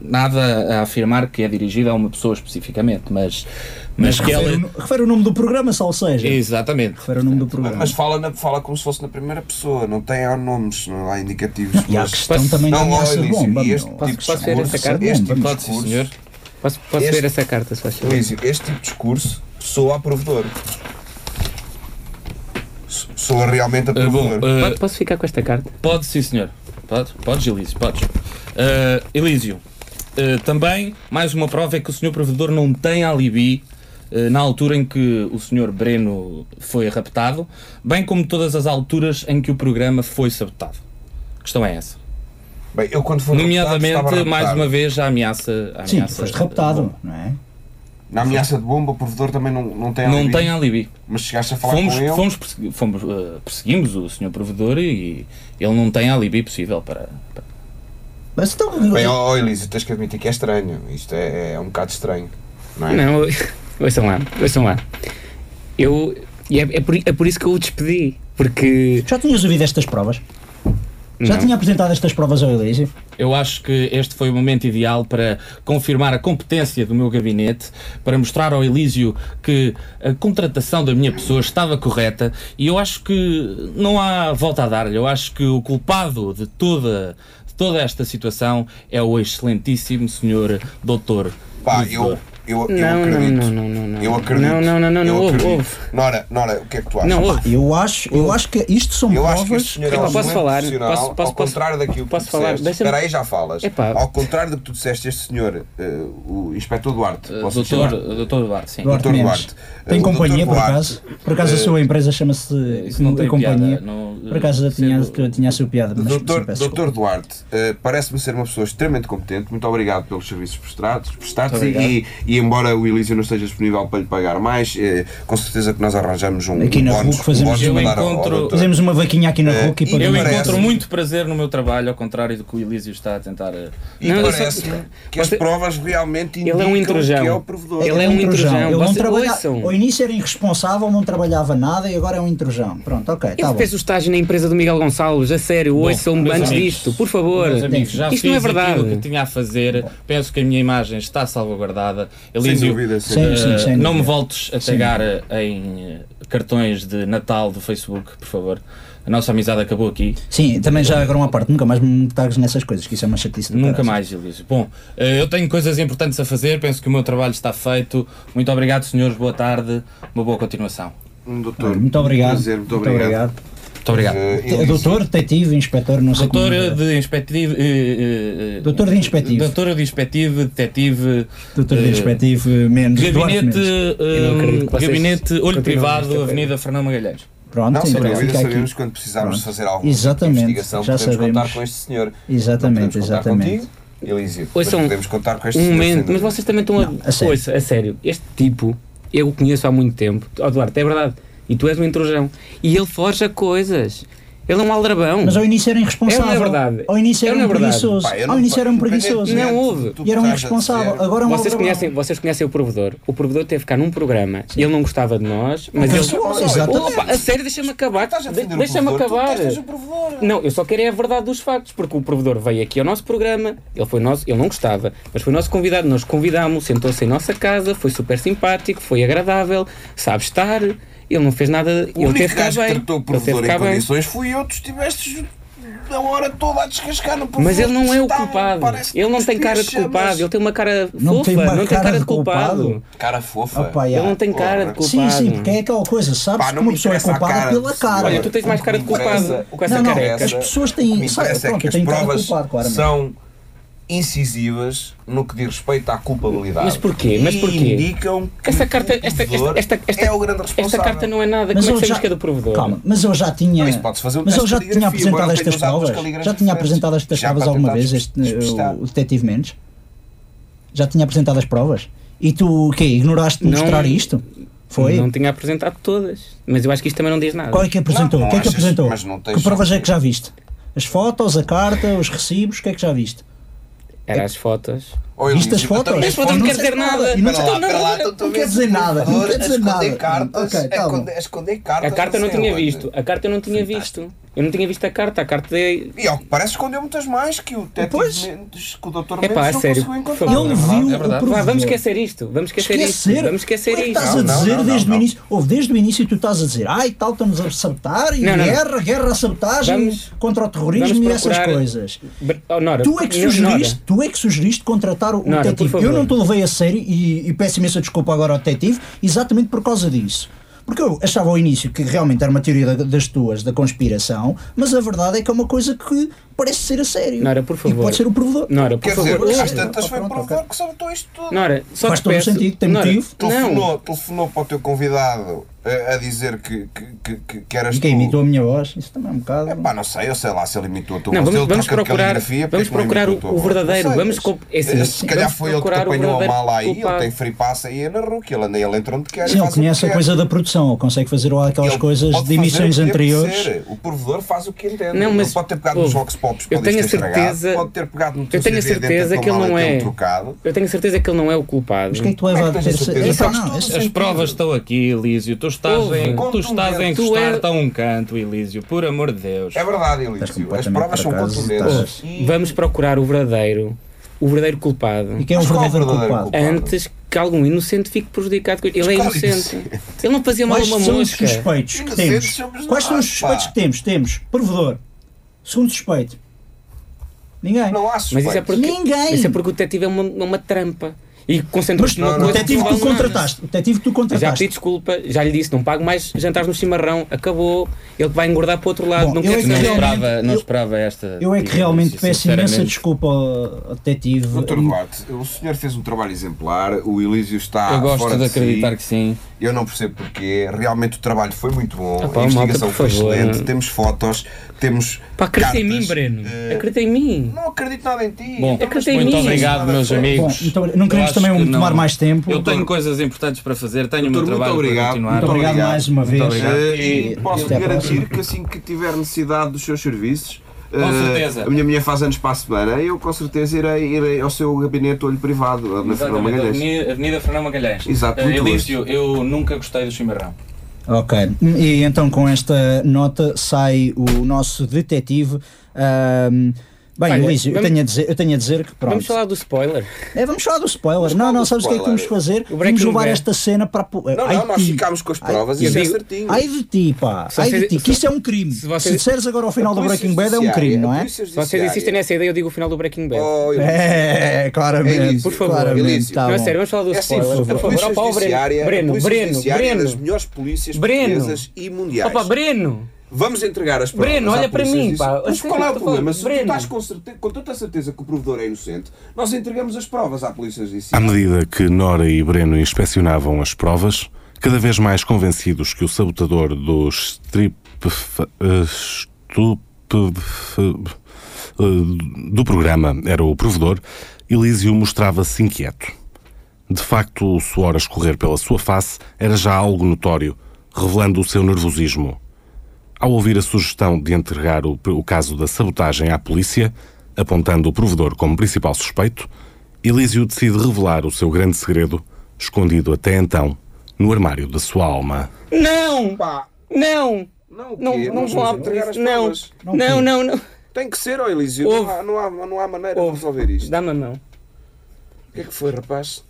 S8: nada a afirmar que é dirigida a uma pessoa especificamente mas mas, que
S2: refere,
S8: ela
S2: o- refere o nome do programa, só ou seja.
S8: exatamente Eh,
S2: Refere o nome do programa.
S4: Ah, eh, Mas fala, na- fala como se fosse na primeira pessoa, não tem há nomes, não há indicativos.
S2: e há a
S4: mas-
S2: questão
S3: Posso-
S2: também da
S4: não,
S2: ameaça
S4: ao
S2: de
S4: início,
S2: bomba.
S4: e este
S2: meu.
S4: tipo de
S3: posso ver essa
S4: discurso,
S3: carta?
S4: este tipo de
S8: pode sim
S4: discurso-
S8: senhor
S3: Posso, posso
S4: Este-
S3: ver essa carta, se faz favor?
S8: Eh,
S4: Luísio, este tipo de discurso soa a provedor. So- pessoa realmente
S8: Ah, bom,
S4: aprofundou.
S8: ah,
S3: Pode- Posso ficar com esta carta?
S8: Pode, sim, senhor. Pode, podes, Elísio, podes. Ah, Elísio, ah, também, mais uma prova é que o senhor provedor não tem alibi ah, na altura em que o senhor Breno foi raptado, bem como todas as alturas em que o programa foi sabotado. A questão é essa.
S4: Bem, eu quando fui raptado,
S8: Nomeadamente,
S4: estava
S8: mais
S4: raptado.
S8: uma vez, a ameaça. A
S2: Sim,
S8: ameaça
S2: tu foste raptado, não é?
S4: Na ameaça de bomba, o provedor também não, não tem
S8: Não
S4: alibi.
S8: tem alibi.
S4: Mas chegaste a falar
S8: Fomos,
S4: com ele.
S8: fomos, persegui- fomos, ah, perseguimos o senhor provedor e ele não tem alibi possível para. para-
S2: Mas então.
S4: Bem, ó oh, Elísio, tens que admitir que é estranho. Isto é, é um bocado estranho. Não é?
S3: Ah, Não, ouçam lá, ouçam lá. Eu. E é, é por, é por isso que eu o despedi. Porque.
S8: Tá
S2: Já tinhas ouvido estas provas? Já
S3: Não.
S2: tinha apresentado estas provas ao Elísio?
S8: Eu acho que este foi o momento ideal para confirmar a competência do meu gabinete, para mostrar ao Elísio que a contratação da minha pessoa estava correta e eu acho que não há volta a dar-lhe. Eu acho que o culpado de toda, de toda esta situação é o excelentíssimo senhor doutor.
S4: Pá, eu, eu, eu
S3: Não, não,
S4: acredito.
S3: não, não, não, não.
S4: Eu acredito.
S3: Não, não, não, não,
S4: eu
S3: não, ouve,
S4: acredito.
S3: ouve.
S4: Nora, Nora, o que é que tu achas?
S3: Não, ouve.
S2: Eu acho, eu acho que isto são
S4: Eu acho que
S2: provas.
S4: este senhor é
S3: Epá,
S4: um
S3: posso
S4: excelente
S3: falar?
S4: profissional,
S3: Posso- posso-
S4: ao contrário
S3: posso-
S4: daquilo que
S3: posso
S4: tu
S3: falar?
S4: disseste.
S3: Deixa-me-
S4: Espera aí, já falas.
S3: Epá.
S4: Ao contrário do que tu disseste, este senhor, eh, o inspetor Duarte,
S8: eh,
S4: posso
S8: doutor,
S4: chamar?
S8: doutor Duarte, sim.
S2: Duarte
S4: Dr.
S2: Mendes.
S4: Duarte.
S2: Tem
S4: O Dr.
S2: companhia, por
S4: Duarte,
S2: acaso? Por acaso a
S4: eh,
S2: sua empresa chama-se.
S8: isso não tem
S2: companhia.
S8: piada, não-
S2: por acaso eu tinha,
S8: sendo-
S2: eu tinha a sua piada. Mas
S4: Doutor,
S2: sim, peço desculpa.
S4: Doutor Duarte, eh, parece-me ser uma pessoa extremamente competente. Muito obrigado pelos serviços prestados. prestados
S8: Muito
S4: e, e embora o Elísio não esteja disponível para lhe pagar mais, eh, com certeza que nós arranjamos um
S2: Aqui na
S4: bónus-
S2: RUC fazemos
S4: um bónus
S8: um
S4: para dar ao- ao
S8: encontro-
S4: doutor.
S2: Fazemos uma vaquinha aqui na
S4: Eh,
S2: RUC e
S4: e
S8: Eu
S2: pagamos.
S4: Parece-
S8: encontro muito prazer no meu trabalho, ao contrário do que o Elísio está a tentar. eh,
S4: E
S3: Não, eu só-
S4: parece-me que as
S3: Você-
S4: provas realmente
S3: é um
S4: indicam
S3: intrujão.
S4: que é o provedor.
S3: Ele é um intrujão.
S2: Ele não
S3: Vocês
S2: trabalha-
S3: ouçam.
S2: Ao início era irresponsável, não trabalhava nada e agora é um intrusão. Pronto, ok,
S3: Eu
S2: está bom.
S3: fez o estágio na empresa do Miguel Gonçalves, a sério, ouçam-me
S8: meus
S3: antes
S8: amigos,
S3: disto, por favor.
S8: Meus amigos, já
S3: Isto
S8: fiz
S3: não é verdade.
S8: aquilo que tinha a fazer. Penso que a minha imagem está salvaguardada.
S4: Sem
S8: Elísio,
S4: dúvida, sem
S2: Sim,
S4: dúvida.
S8: eh,
S2: sim, sem
S8: não me
S2: dúvida.
S8: voltes a tagar eh, em eh, cartões de Natal do Facebook, por favor. A nossa amizade acabou aqui.
S2: Sim, também já agora uma parte, nunca mais me tagues nessas coisas, que isso é uma chatice. do
S8: Nunca
S2: caralho.
S8: mais, Elísio. Bom, eh, eu tenho coisas importantes a fazer. Penso que o meu trabalho está feito. Muito obrigado, senhores. Boa tarde. Uma boa continuação.
S4: Um doutor.
S2: Muito obrigado.
S4: Prazer, muito obrigado.
S8: Muito obrigado.
S4: Eh,
S2: Te- Doutor, detetive, inspetor, não sei
S8: Doutor
S2: como. é.
S8: de inspectivo. eh, eh,
S2: Doutor de inspectivo.
S8: Doutor de inspectivo, detetive.
S2: Doutor
S8: eh,
S2: de inspectivo menos. Duarte
S8: Gabinete,
S2: Mendes.
S8: eh,
S3: Eu não acredito que vocês
S8: gabinete Olho
S3: continuem
S8: Privado,
S3: nesta
S8: Avenida Fernão Magalhães.
S2: Pronto,
S4: Não, sem
S2: então
S4: dúvida,
S2: fica
S4: sabemos
S2: aqui.
S4: quando
S2: Pronto.
S4: precisarmos de fazer alguma
S2: Exatamente,
S4: investigação,
S2: já
S4: podemos contar
S2: sabemos.
S4: com este senhor.
S2: Exatamente,
S4: Não podemos contar
S2: exatamente.
S4: Contigo, Elísio,
S3: Ou
S4: mas
S3: são-
S4: podemos contar com este
S3: Um
S4: senhor. sem
S3: momento, mas
S4: dúvida.
S3: vocês também estão a.
S2: Não, a sério.
S3: Ouça, a sério, este tipo, eu o conheço há muito tempo. Ó, Duarte, é verdade. E tu és um intrusão. E ele forja coisas. Ele é um aldrabão.
S2: Mas ao início era irresponsável.
S3: É uma verdade.
S2: Ao início
S3: É
S2: era
S3: uma
S2: um
S3: verdade.
S2: preguiçoso.
S4: Pá, eu não-
S2: Ao início era um
S4: independentemente
S2: preguiçoso.
S3: Não
S4: do
S3: houve.
S4: que tu
S2: E era um
S4: estás a
S2: irresponsável.
S4: dizer,
S2: Agora é um
S3: Vocês
S2: aldrabão.
S3: conhecem, vocês conhecem o provedor. O provedor teve cá num programa. Ele não gostava de nós, mas ele.
S2: Pessoal, exatamente.
S3: Opa, a sério, deixa-me acabar.
S4: "Ah, Estás a defender
S3: De-
S4: o
S3: Deixa-me
S4: provedor, tu
S3: acabar.
S4: detestas o provedor.
S3: Não, eu só quero é a verdade dos factos, porque o provedor veio aqui ao nosso programa, ele foi nosso, ele não gostava, mas foi nosso convidado, nós convidámos, sentou-se em nossa casa, foi super simpático, foi agradável, sabe estar, ele não fez nada,
S4: O
S3: ele
S4: único
S3: teve cá
S4: gajo que
S3: bem,
S4: tratou o
S3: ele
S4: provedor
S3: teve
S4: em
S3: cá bem.
S4: condições fui eu, tu estiveste na hora toda a descascar no provedor.
S3: Mas ele não é o
S4: Estava-
S3: culpado,
S4: parece que
S3: ele não tem cara de
S4: cuspias
S3: culpado, ele
S4: chamas.
S3: tem uma cara
S2: Não
S3: fofa,
S2: tem uma
S3: não tem
S2: cara
S3: cara de
S2: de
S3: culpado.
S2: culpado.
S4: Cara fofa.
S2: Opa, já.
S3: Ele não tem cara de
S4: Porra.
S3: culpado.
S2: Sim, sim, porque é aquela coisa, sabes
S4: Pá,
S2: que
S4: não
S2: uma
S4: me
S2: pessoa é
S4: interessa a
S2: culpada
S4: cara
S2: pela
S4: de-
S2: cara.
S3: Olha, tu tens mais cara de
S4: O que me
S3: culpado,
S4: interessa-
S3: com essa
S4: o que me
S3: careca.
S4: interessa-
S2: As pessoas têm-
S4: o que me
S2: sabe,
S4: interessa é
S2: pronto,
S4: que as
S2: têm cara de
S4: provas
S2: culpado, claramente.
S4: são incisivas no que diz respeito à culpabilidade.
S3: Mas porquê? Mas
S4: E
S3: porquê?
S4: indicam que
S3: Esta carta,
S4: o
S3: esta, esta,
S4: provedor
S3: esta, esta,
S4: é o grande responsável.
S3: esta carta não é nada,
S2: Mas
S3: como é que
S2: eu
S3: sabes
S2: já-
S3: que é do provedor?
S2: Calma, mas eu já tinha.
S4: Mas pode-se fazer um
S2: mas
S4: teste
S2: eu já
S4: de
S2: tinha
S4: caligrafia, agora
S2: apresentado estas
S4: não tenho usado umas
S2: provas.
S4: caligrafias
S2: Já tinha apresentado
S4: diferentes.
S2: estas
S4: Já
S2: provas
S4: para
S2: alguma
S4: tentar
S2: vez, este,
S4: despistar.
S2: o, o detetive Mendes? Já tinha apresentado as provas? E tu o quê? Ignoraste de
S3: Não.
S2: mostrar isto? Foi?
S3: Não tinha apresentado todas, mas eu acho que isto também não diz nada.
S2: Qual é que apresentou?
S4: Não, não
S2: o que é que
S4: achas,
S2: apresentou?
S4: mas não tens
S2: Que provas é
S4: sentido.
S2: que já viste? As fotos, a carta, os recibos, o que é que já viste?
S4: É
S3: Era as fotos.
S4: Ou
S2: Viste as
S4: Elísio,
S2: fotos?
S4: também
S3: As fotos
S4: pode-
S3: não quer dizer nada.
S2: E não
S4: Espera lá,
S3: Não,
S4: espera lá,
S3: não,
S4: então tu
S2: não
S4: vês
S2: quer dizer
S4: o
S2: nada, não
S4: provedor
S2: quer dizer
S4: a esconder
S2: nada.
S4: Cartas,
S2: Ok,
S4: a
S2: tá bom.
S4: esconder- a esconder cartas é
S3: A carta eu não
S4: sei
S3: tinha
S4: onde.
S3: visto. A carta eu não tinha visto. Eu não tinha visto a carta. A carta é.
S4: E ao que parece escondeu muitas mais que o
S2: Pois.
S4: Tetis Mendes, que o Dr.
S3: Epá,
S4: Mendes
S3: a
S4: não
S3: sério,
S4: conseguiu
S3: um por
S4: encontrar.
S3: favor.
S2: Ele viu
S8: é verdade.
S2: o
S3: Vá, vamos
S2: provedor.
S3: esquecer isto. Vamos esquecer
S2: Esquecer?
S3: isto. Vamos
S2: Como
S3: esquecer
S2: é que
S3: isto.
S2: Estás
S4: Não,
S2: a
S4: não,
S2: dizer
S4: não,
S2: desde
S4: não,
S2: o
S4: não.
S2: início, ou desde o início tu estás a dizer, ai tal, estamos a sabotar e
S3: Não, não, não.
S2: guerra, guerra, sabotagem
S3: Vamos-
S2: contra o terrorismo
S3: vamos
S2: e essas
S3: procurar-
S2: coisas.
S3: Br- oh, Nora,
S2: Tu é, que
S3: não,
S2: sugeriste, tu é que sugeriste contratar o o
S3: Nora, por
S2: detetive.
S3: favor.
S2: Eu não te levei a sério e, e peço imensa desculpa agora ao detetive, exatamente por causa disso. Porque eu achava ao início que realmente era uma teoria da- das tuas, da conspiração, mas a verdade é que é uma coisa que parece ser a sério.
S3: Nora, por
S2: E
S3: favor.
S2: pode ser o provedor.
S3: Nora, por
S4: Quer
S3: favor.
S4: dizer,
S2: favor.
S4: às tantas
S2: Ah,
S4: foi
S2: pronto,
S4: provar
S2: ok.
S4: que sabe tudo isto tudo.
S3: Nora, só
S2: Faz
S3: te
S2: todo o
S3: peço-
S2: sentido, tem
S3: Nora,
S2: motivo.
S3: Não.
S4: Telefonou, telefonou para o teu convidado eh, a, dizer que, que, que, que, que eras
S2: E quem
S4: tu.
S2: imitou a minha voz, isso também é um bocado.
S4: É pá, não sei, eu sei lá se ele imitou a tua
S3: Não,
S4: voz.
S3: vamos,
S4: Ele
S3: vamos
S4: troca de
S3: procurar,
S4: caligrafia,
S3: vamos
S4: porque é que não
S3: procurar
S4: imitou a tua
S3: o, o
S4: voz?
S3: verdadeiro.
S4: Não sei,
S3: vamos.
S4: mas-
S3: comp- é assim,
S4: Eh, Se calhar
S3: vamos
S4: foi ele que te
S3: procurar o
S4: apanhou a
S3: verdadeiro
S4: mala aí, ele
S3: culpado.
S4: tem free pass aí na rua, ele, ele entra onde quer. e
S2: Sim, ele
S4: faz o que
S2: conhece a
S4: quer.
S2: coisa da produção, ele consegue fazer lá aquelas
S4: Ele
S2: coisas
S4: pode
S2: de
S4: fazer o
S2: emissões
S4: que lhe
S2: anteriores.
S4: apetecer. O provedor faz o que entende.
S3: Não, mas-
S4: ele pode ter pegado nos
S3: ouve,
S4: vox pops,
S3: eu
S4: pode ter
S3: tenho a certeza-
S4: estragado, pode ter pegado no teu
S3: eu tenho a
S4: CD dentro
S3: certeza
S4: da tua
S3: que ele
S4: mala
S3: não
S4: e tê-lo
S3: é.
S4: trocado.
S3: Eu tenho a certeza que ele não é o culpado.
S2: Mas o que é que tu leva
S4: Como
S2: a
S4: é que tens
S2: ter
S4: a certeza? é
S2: essa-
S4: Faz
S2: Não,
S4: tudo
S2: esse-
S8: As provas estão aqui, Elísio. Tu estás,
S3: Ouve,
S8: em, tu
S4: contundente.
S8: estás a
S4: Tu
S3: és-
S8: encostar-te a um canto, Elísio. Por amor de Deus.
S4: É verdade,
S2: Estás
S4: Elísio. As
S2: completamente
S4: provas são
S2: para casa,
S4: contundentes.
S2: estás-
S4: E-
S3: Vamos procurar o verdadeiro. O verdadeiro culpado.
S2: E quem é o
S4: Mas qual é o
S2: verdadeiro
S4: verdadeiro
S2: culpado?
S4: culpado?
S3: Antes que algum inocente fique prejudicado. com- Ele é
S4: Claro,
S3: inocente. Ele não fazia mal a
S2: Quais
S3: uma
S2: são os
S3: mosca.
S2: suspeitos que temos?
S4: Inocentes somos
S2: Quais são
S4: nós,
S2: os suspeitos
S4: pá.
S2: que temos? Temos provedor, segundo suspeito, ninguém.
S4: Não há
S3: Mas isso é
S4: suspeitos.
S3: porque,
S2: Ninguém.
S3: Isso é porque o detetive é uma, é uma trampa. E
S2: Mas
S3: concentra-se
S4: Não,
S3: numa
S4: não.
S2: o
S3: coisa
S2: detetive que tu
S3: não vale nada.
S2: contrataste, o detetive que tu
S3: Já pedi
S2: contrataste.
S3: desculpa, já lhe disse, não pago mais jantares no chimarrão, acabou, ele vai engordar para o outro lado,
S2: Bom,
S3: não
S2: eu
S3: quer
S2: é que
S8: Não
S3: saber.
S2: realmente-
S8: esperava, não
S2: eu-
S8: esperava esta.
S2: Eu é que
S8: Elísio,
S2: realmente peço imensa
S8: sinceramente.
S2: desculpa ao ao detetive.
S3: é
S4: Doutor Duarte, o senhor fez um trabalho exemplar, o Elísio está
S8: Eu gosto
S4: Ah, fora
S8: de acreditar
S4: si.
S8: que sim.
S4: Eu não percebo porquê. Realmente o trabalho foi muito bom.
S3: Ah pá,
S4: a investigação
S3: malta, por
S4: foi
S3: favor.
S4: excelente. Temos fotos, temos.
S3: Pá, acredita em
S4: cartas,
S3: mim, Breno.
S4: eh,
S3: Acredita em mim.
S4: Não acredito nada em ti.
S8: Bom,
S4: Então, mas
S3: acredito em
S8: muito
S3: mim.
S8: obrigado, meus
S2: Bom,
S8: amigos.
S2: então, não
S8: Eu
S2: queremos
S8: acho
S2: também
S8: que
S2: tomar mais tempo.
S8: Eu tenho coisas importantes para fazer, tenho o meu
S4: Doutor, muito
S8: trabalho
S4: obrigado.
S8: para continuar.
S2: Muito obrigado
S4: obrigado.
S2: mais uma
S8: Muito
S2: vez.
S8: obrigado.
S4: Eh,
S2: E
S4: E posso
S2: até à próxima.
S4: garantir que assim que tiver necessidade dos seus serviços.
S8: Com
S4: eh,
S8: certeza.
S4: A minha mulher faz anos para a semana. Eu com certeza irei, irei ao seu gabinete olho privado, na Fernão
S8: Exatamente,
S4: Magalhães.
S8: Avenida, Avenida Fernão Magalhães.
S4: Exato,
S8: Eh,
S4: muito
S8: Elísio, eu nunca gostei do chimarrão.
S2: Ok, e então com esta nota sai o nosso detetive. ahm, bem,
S3: Olha,
S2: Luís, eu,
S3: vamos-
S2: tenho a dizer, eu tenho a dizer que pronto.
S3: Vamos falar do spoiler.
S2: É, vamos falar do spoiler. Não,
S4: falar
S2: não,
S4: do
S2: sabes o que é que
S4: spoiler.
S2: vamos fazer?
S3: O
S2: Vamos
S3: Breaking
S2: levar
S3: Bad.
S2: esta cena para. Não,
S4: Não, não, nós ficámos com as provas e
S3: eu
S4: isso é
S3: digo-
S4: certinho.
S2: Ai de ti, pá.
S3: Se
S2: Ai de
S3: vocês-
S2: ti, que isso é um crime. Se,
S3: se vocês-
S2: disseres agora ao final do
S4: Polícia
S2: Breaking Bad é um
S4: Judiciária,
S2: crime, não é?
S4: Polícia
S3: Se vocês insistem
S4: Judiciária.
S3: nessa ideia, eu digo o final do Breaking Bad.
S4: Oh, Elísio.
S2: É, claramente.
S4: Elísio,
S3: por favor,
S2: claramente,
S4: Elísio.
S2: tá
S3: não, é
S2: bom.
S3: sério, vamos falar do
S4: É assim,
S3: spoiler,
S4: a
S3: por favor.
S4: polícia
S3: Opa, ó,
S4: judiciária,
S3: Breno,
S4: a
S3: Breno,
S4: polícia
S3: Breno,
S4: judiciária é das
S3: Breno.
S4: melhores polícias
S3: Breno.
S4: portuguesas e mundiais.
S3: Opa, Breno.
S4: Vamos entregar as provas
S3: Breno,
S4: à
S3: olha para
S4: polícia
S3: mim,
S4: judicial.
S3: pá. Eu
S4: Mas
S3: sei
S4: qual
S3: que
S4: é
S3: eu
S4: o
S3: tô
S4: problema?
S3: falando.
S4: Se
S3: Breno.
S4: tu estás com, certe- com tanta certeza que o provedor é inocente, nós entregamos as provas à polícia
S1: À
S4: judicial.
S3: Ah,
S1: medida que Nora e Breno inspecionavam as provas, cada vez mais convencidos que o sabotador eh, do strip. eh, do programa era o provedor, Elísio mostrava-se inquieto. De facto, o suor a escorrer pela sua face era já algo notório, revelando o seu nervosismo. Ao ouvir a sugestão de entregar o, o caso da sabotagem à polícia, apontando o provedor como principal suspeito, Elísio decide revelar o seu grande segredo, escondido até então no armário da sua alma.
S3: Não!
S4: Pá,
S3: Não!
S4: não, o quê?
S3: Não, não
S4: Nós
S3: vão à
S4: vamos entregar as
S3: polícia. Não,
S4: provas.
S3: não, não, não.
S4: Tem que ser, ó Elísio.
S3: Ouve.
S4: Não há, não, há, não há maneira de
S3: Ouve.
S4: resolver isto.
S3: Dá-me a mão.
S4: O que é que foi, rapaz?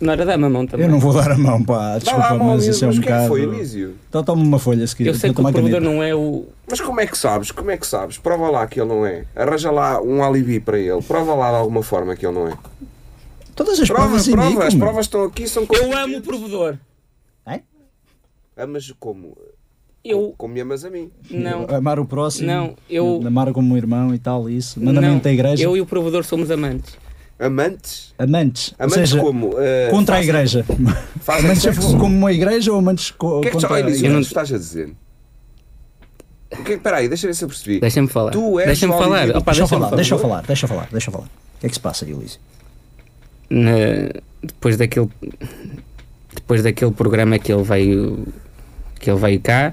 S3: Nora, dá-me a mão também.
S2: Eu não vou dar a mão, pá.
S4: Dá lá
S2: Desculpa,
S4: a mão,
S2: mas isso
S4: Elísio.
S2: é um
S4: Mas o que é que
S2: bocado.
S4: foi, Elísio?
S2: Então toma uma folha, se quiser.
S3: Eu sei que
S2: toma
S3: o
S2: a
S3: provedor
S2: caneta.
S3: não é o.
S4: Mas como é que sabes? Como é que sabes? Prova lá que ele não é. Arranja lá um alibi para ele. Prova lá de alguma forma que ele não é.
S2: Todas as
S4: Prova,
S2: provas
S4: prova.
S2: indicam.
S4: As provas estão aqui. São
S3: Eu amo o
S4: concluídas.
S3: provedor.
S4: Amas Ah, como?
S3: Eu.
S4: Como me amas a mim.
S3: Não.
S2: Amar o próximo.
S3: Não, eu-
S2: Amar eh, como irmão e tal, isso.
S3: não.
S2: Mandamento da igreja.
S3: Eu e o provedor somos amantes.
S4: Amantes?
S2: Amantes. ou
S4: Amantes
S2: seja,
S4: como? Eh,
S2: Contra a igreja.
S4: Fazem
S2: Amantes é
S4: sexo?
S2: como uma igreja ou amantes co
S4: O que é que tu,
S2: contra
S4: Ai,
S2: a
S4: Elísio, o
S2: igreja?
S4: que é
S3: não-
S4: que tu estás a dizer? O que é que, peraí, deixa eu ver se eu percebi.
S3: Deixa-me falar.
S4: Tu és
S3: Deixa-me
S4: o
S3: falar.
S4: Oliver.
S2: Deixa
S3: Opa,
S2: eu
S3: deixa-me
S2: falar,
S3: falar.
S2: deixa eu falar, deixa eu falar, deixa eu falar. O que é que se passa, Dionísio?
S3: na- depois daquele depois daquele programa que ele veio que ele veio cá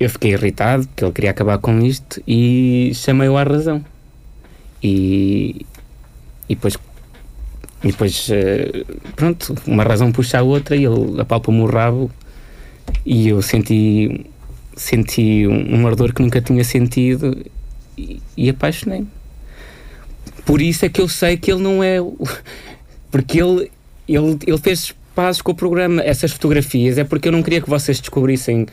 S3: eu fiquei irritado porque ele queria acabar com isto e chamei-o à razão e e depois e depois eh, pronto uma razão puxa a outra e ele apalpa-me o rabo e eu senti senti um, um ardor que nunca tinha sentido e, e apaixonei-me por isso é que eu sei que ele não é. o- Porque ele, ele, ele fez pazes com o programa. Essas fotografias é porque eu não queria que vocês descobrissem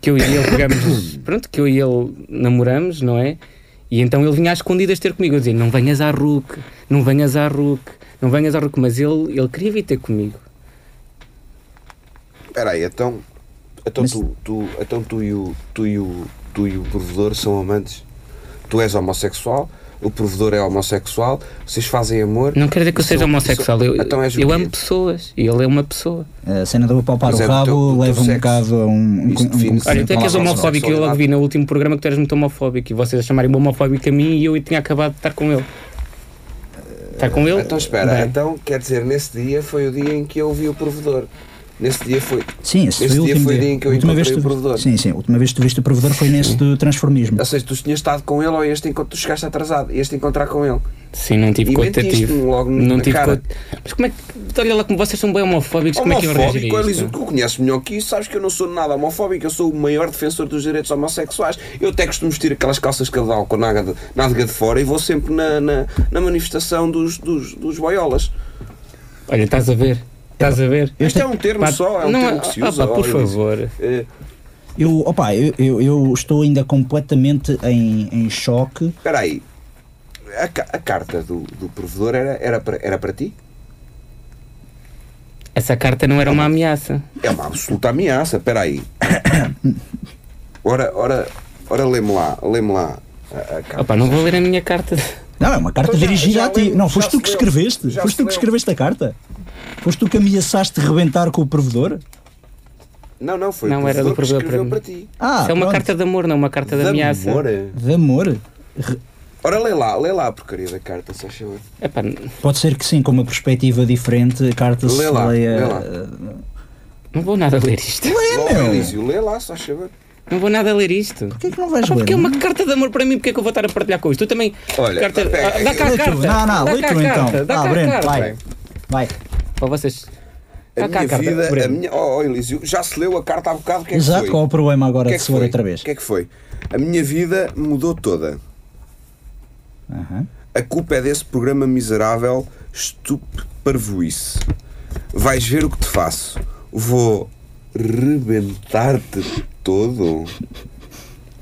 S3: que eu e ele pegamos. pronto, que eu e ele namoramos, não é? E então ele vinha às escondidas ter comigo. Eu dizia: Não venhas à RUC, não venhas à RUC, não venhas à RUC. Mas ele, ele queria vir ter comigo.
S4: espera aí, então, então,
S2: Mas-
S4: tu, tu, então tu, e o, tu, e o, tu e o provedor são amantes? Tu és homossexual, o provedor é homossexual, vocês fazem amor,
S3: Não quer dizer que eu
S4: Sou-
S3: seja homossexual.
S4: sou-
S3: Eu,
S4: então és o
S3: eu
S4: quê?
S3: amo pessoas e ele é uma pessoa.
S2: A cena do palpar
S4: Mas
S2: o
S4: é do
S2: rabo
S4: teu- do
S2: leva
S4: teu
S2: um
S4: sexo.
S2: bocado a um. um-
S4: Isso
S2: um-
S4: define-se
S2: um-
S3: Olha, tu é que és
S4: palavra
S3: homofóbico. Eu logo
S4: homossexualidade.
S3: vi no último programa que tu eras muito homofóbico e vocês a chamarem-me homofóbico a mim e eu tinha acabado de estar com ele. Estar com ele?
S4: Então espera,
S3: Bem,
S4: então quer dizer, nesse dia foi o dia em que eu vi o provedor. Nesse dia foi.
S2: Sim, esse
S4: Esse
S2: foi o
S4: dia
S2: último
S4: foi o dia em que eu
S2: Última vez
S4: encontrei
S2: tu-
S4: o provedor.
S2: Sim, sim. A última vez que tu viste o provedor foi nesse do transformismo.
S4: Ou seja, tu tinhas estado com ele ou este encontro, tu chegaste atrasado, este encontrar com ele.
S3: Sim, não tive
S4: E
S3: contativo.
S4: mentiste-me logo na
S3: Não tive
S4: cara.
S3: co- Mas como é que. Olha lá, como vocês são bem homofóbicos, como é que eu reagir
S4: Homofóbico,
S3: a
S4: Elis, o
S3: isto?
S4: que eu conheço melhor que isso, sabes que eu não sou nada homofóbico, eu sou o maior defensor dos direitos homossexuais. Eu até costumo vestir aquelas calças de cavalo com a nága de- nádega de fora e vou sempre na, na, na manifestação dos, dos, dos boiolas.
S3: Olha, estás a ver? Estás a ver?
S4: Este é um termo
S3: Pá,
S4: só, é um
S3: não,
S4: termo que se
S3: ah,
S4: usa.
S3: pá, por
S4: ó, Elis.
S3: favor.
S4: Eh,
S2: Eu, opa, eu, eu, eu estou ainda completamente em, em choque.
S4: Espera aí. A, ca- a carta do, do provedor era, era, para, era para ti?
S3: Essa carta não era uma ameaça.
S4: É uma absoluta ameaça. Espera aí. Ora, ora, ora lê-me lá, lê-me lá a, a carta.
S3: Ah, pá, não vou ler a minha carta.
S2: Não, é uma carta
S4: Então já-
S2: dirigida
S4: já
S2: a ti.
S4: leu,
S2: não,
S4: já
S2: foste tu
S4: se
S2: que
S4: leu,
S2: escreveste.
S4: já
S2: Foste
S4: se
S2: tu que
S4: leu.
S2: escreveste a carta. Foste tu que ameaçaste rebentar com o provedor.
S4: Não, não, foi
S3: Não,
S4: o
S3: era do
S4: provedor que escreveu
S3: provedor para
S4: para,
S3: mim.
S4: ti.
S2: Ah,
S3: Isso é uma
S2: pronto.
S3: carta de amor, não uma carta de,
S4: De
S3: ameaça.
S4: amor.
S2: de amor.
S4: Ora, lê lá, lê lá a porcaria da carta, se achou.
S3: Epá,
S2: Pode ser que sim, com uma perspectiva diferente, a carta se
S4: Lê lá,
S2: leia.
S4: lê lá.
S3: não vou nada ler isto.
S4: Ló
S2: meu.
S4: Elísio, lê lá, se achou.
S3: Não vou nada ler isto.
S2: Porquê que não vais
S3: Só
S2: ler?
S3: porque é uma carta de amor para mim, porque é que eu vou estar a partilhar com isto? Tu também.
S4: Olha,
S3: carta,
S4: pega-
S3: ah, dá cá a
S2: Lê
S3: carta.
S2: tu, não, não,
S3: dá
S2: lê
S3: cá
S2: tu
S3: a
S2: então.
S3: carta, Dá
S2: Ah,
S3: cá a
S2: Breno,
S3: carta.
S2: vai. Vai.
S4: é
S3: Para vocês.
S4: A
S3: Dá cá a
S4: minha
S3: carta.
S4: vida, a
S3: Breno.
S4: minha. Oh, oh, Elísio, já se leu a carta há bocado, o que é que
S2: Exato,
S4: foi?
S2: qual o problema agora
S4: que é
S2: de
S4: que
S2: se for
S4: foi?
S2: outra vez?
S4: O que é que foi? A minha vida mudou toda.
S2: Aham.
S4: A culpa é desse programa miserável, estúpido parvoice. Vais ver o que te faço. Vou rebentar-te todo.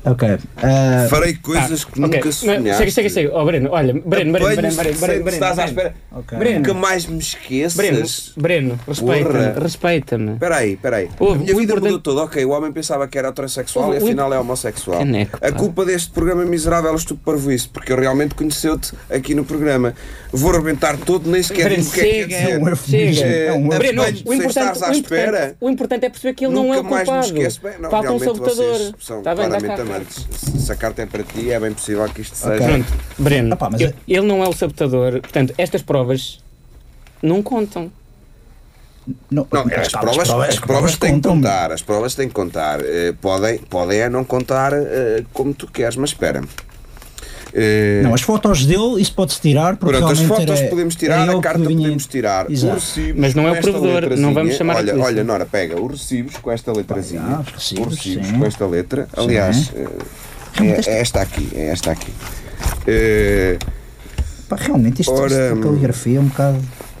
S2: Ok. ah,
S4: Farei coisas que
S3: Ok,
S4: nunca
S3: mas
S4: sonhaste.
S3: Chega, chega, chega. Oh, Breno, olha, Breno, Breno, Breno, Breno,
S4: Apanhas
S3: Breno,
S4: que
S3: Breno,
S4: sentes, estás à
S3: Breno,
S4: espera.
S2: ok.
S3: Breno.
S4: Nunca mais me esqueças.
S3: Breno, Breno, respeita-me,
S4: Porra.
S3: respeita-me.
S4: Espera aí, espera aí.
S3: Ouve,
S4: a minha
S3: o
S4: vida
S3: importante-
S4: mudou toda. Ok, o homem pensava que era heterossexual
S3: Ouve,
S4: e
S3: o-
S4: afinal é homossexual.
S3: Caneco, pá.
S4: a culpa deste programa miserável é tu parvoíce, porque eu realmente conheceu-te aqui no programa. Vou arrebentar todo, nem sequer
S3: Breno,
S4: digo o que é que quer
S3: chega,
S4: dizer.
S2: um eufemismo,
S3: chega.
S2: é um
S3: Breno,
S4: Apanho-te
S3: o
S4: sem
S3: importante,
S4: estares à
S3: o, importante,
S4: espera.
S3: o importante é perceber que ele não é o
S4: Nunca mais
S3: culpado.
S4: me esqueço. Bem, não,
S3: Falta um
S4: realmente
S3: sabotador.
S4: vocês são
S3: Tá bem, dá
S4: claramente
S3: cá.
S4: amantes. Se- Se a carta é para ti, é bem possível que isto
S2: Ok.
S4: seja.
S3: Pronto, Breno,
S2: Ah pá, mas
S3: eu-
S2: é-
S3: ele não é o sabotador. Portanto, estas provas não contam.
S2: não,
S4: Não,
S2: mas
S4: as
S3: tá,
S2: calma,
S4: provas, as provas têm que
S2: contam-me.
S4: contar, as provas têm que contar. Eh, podem, podem é não contar eh, como tu queres, mas espera-me. Eh,
S2: Não, as fotos dele, isso pode-se tirar, porque
S4: Pronto, as
S2: realmente
S4: fotos
S2: era-
S4: podemos tirar,
S2: era eu
S4: a
S2: que
S4: carta
S2: vinha-
S4: podemos tirar. os
S2: Exato.
S4: recibos
S3: Mas não é o
S4: com esta
S3: provedor,
S4: letrazinha-
S3: não vamos chamar a
S4: olha,
S3: polícia.
S4: Olha, Nora, pega os recibos com esta letrazinha.
S2: Ah, os recibos,
S4: Os recibos
S2: sim.
S4: com esta letra. Aliás, eh, é, é esta aqui, é esta aqui. Eh,
S2: Pá, realmente isto,
S4: Ora,
S2: isto da caligrafia é um bocado.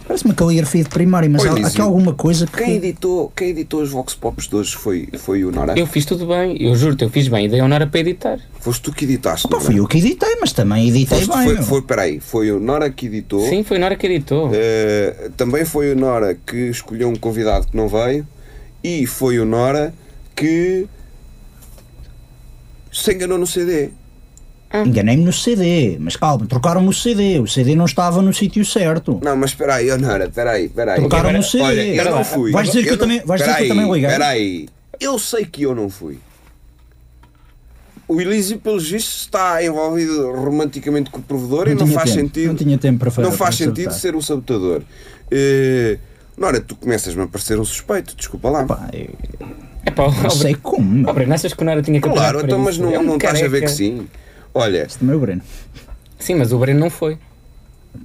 S2: Parece uma caligrafia de primário, mas
S4: Oi,
S2: há, há aqui
S4: Lísio.
S2: alguma coisa que.
S4: quem, editou, quem editou os Vox Pops de hoje foi, foi o Nora.
S3: Eu fiz tudo bem, eu juro-te, eu fiz bem. E dei a Nora para editar.
S4: Foste tu que editaste.
S2: Pá,
S4: Nora.
S2: fui eu que editei, mas também editei
S4: Foste-
S2: bem.
S4: foi,
S2: meu.
S4: foi, peraí, foi o Nora que editou.
S3: Sim, foi a Nora que editou.
S4: Eh, também foi o Nora que escolheu um convidado que não veio e foi o Nora que se enganou no CD.
S2: Enganei-me no CD, mas calma, trocaram-me o CD. O CD não estava no sítio certo.
S4: Não, mas espera aí, oh Nora, espera aí, espera aí.
S2: Trocaram
S4: Olha,
S2: no CD.
S4: Olha, eu não fui.
S2: Vais dizer que eu também- vais dizer que eu também liguei?
S4: Espera aí, eu sei que eu não fui. O Elísio, pelos vistos, está envolvido romanticamente com o provedor e não
S2: tinha
S4: faz
S2: tempo,
S4: sentido.
S2: Não tinha tempo para fazer.
S4: não faz
S2: para
S4: sentido
S2: acertar.
S4: ser um sabotador. Eh, Nora, tu começas-me a parecer um suspeito, desculpa lá.
S2: Pá, eu
S3: É pá,
S2: não sei como. meu.
S3: Oh, Breno, achas que o Nora tinha que
S4: Claro,
S3: apelar para
S4: então, mas
S3: isso?
S4: não,
S3: É um
S4: não estás a ver
S3: careca.
S4: que sim. Olha,
S2: Este meu Breno.
S3: Sim, mas o Breno não foi.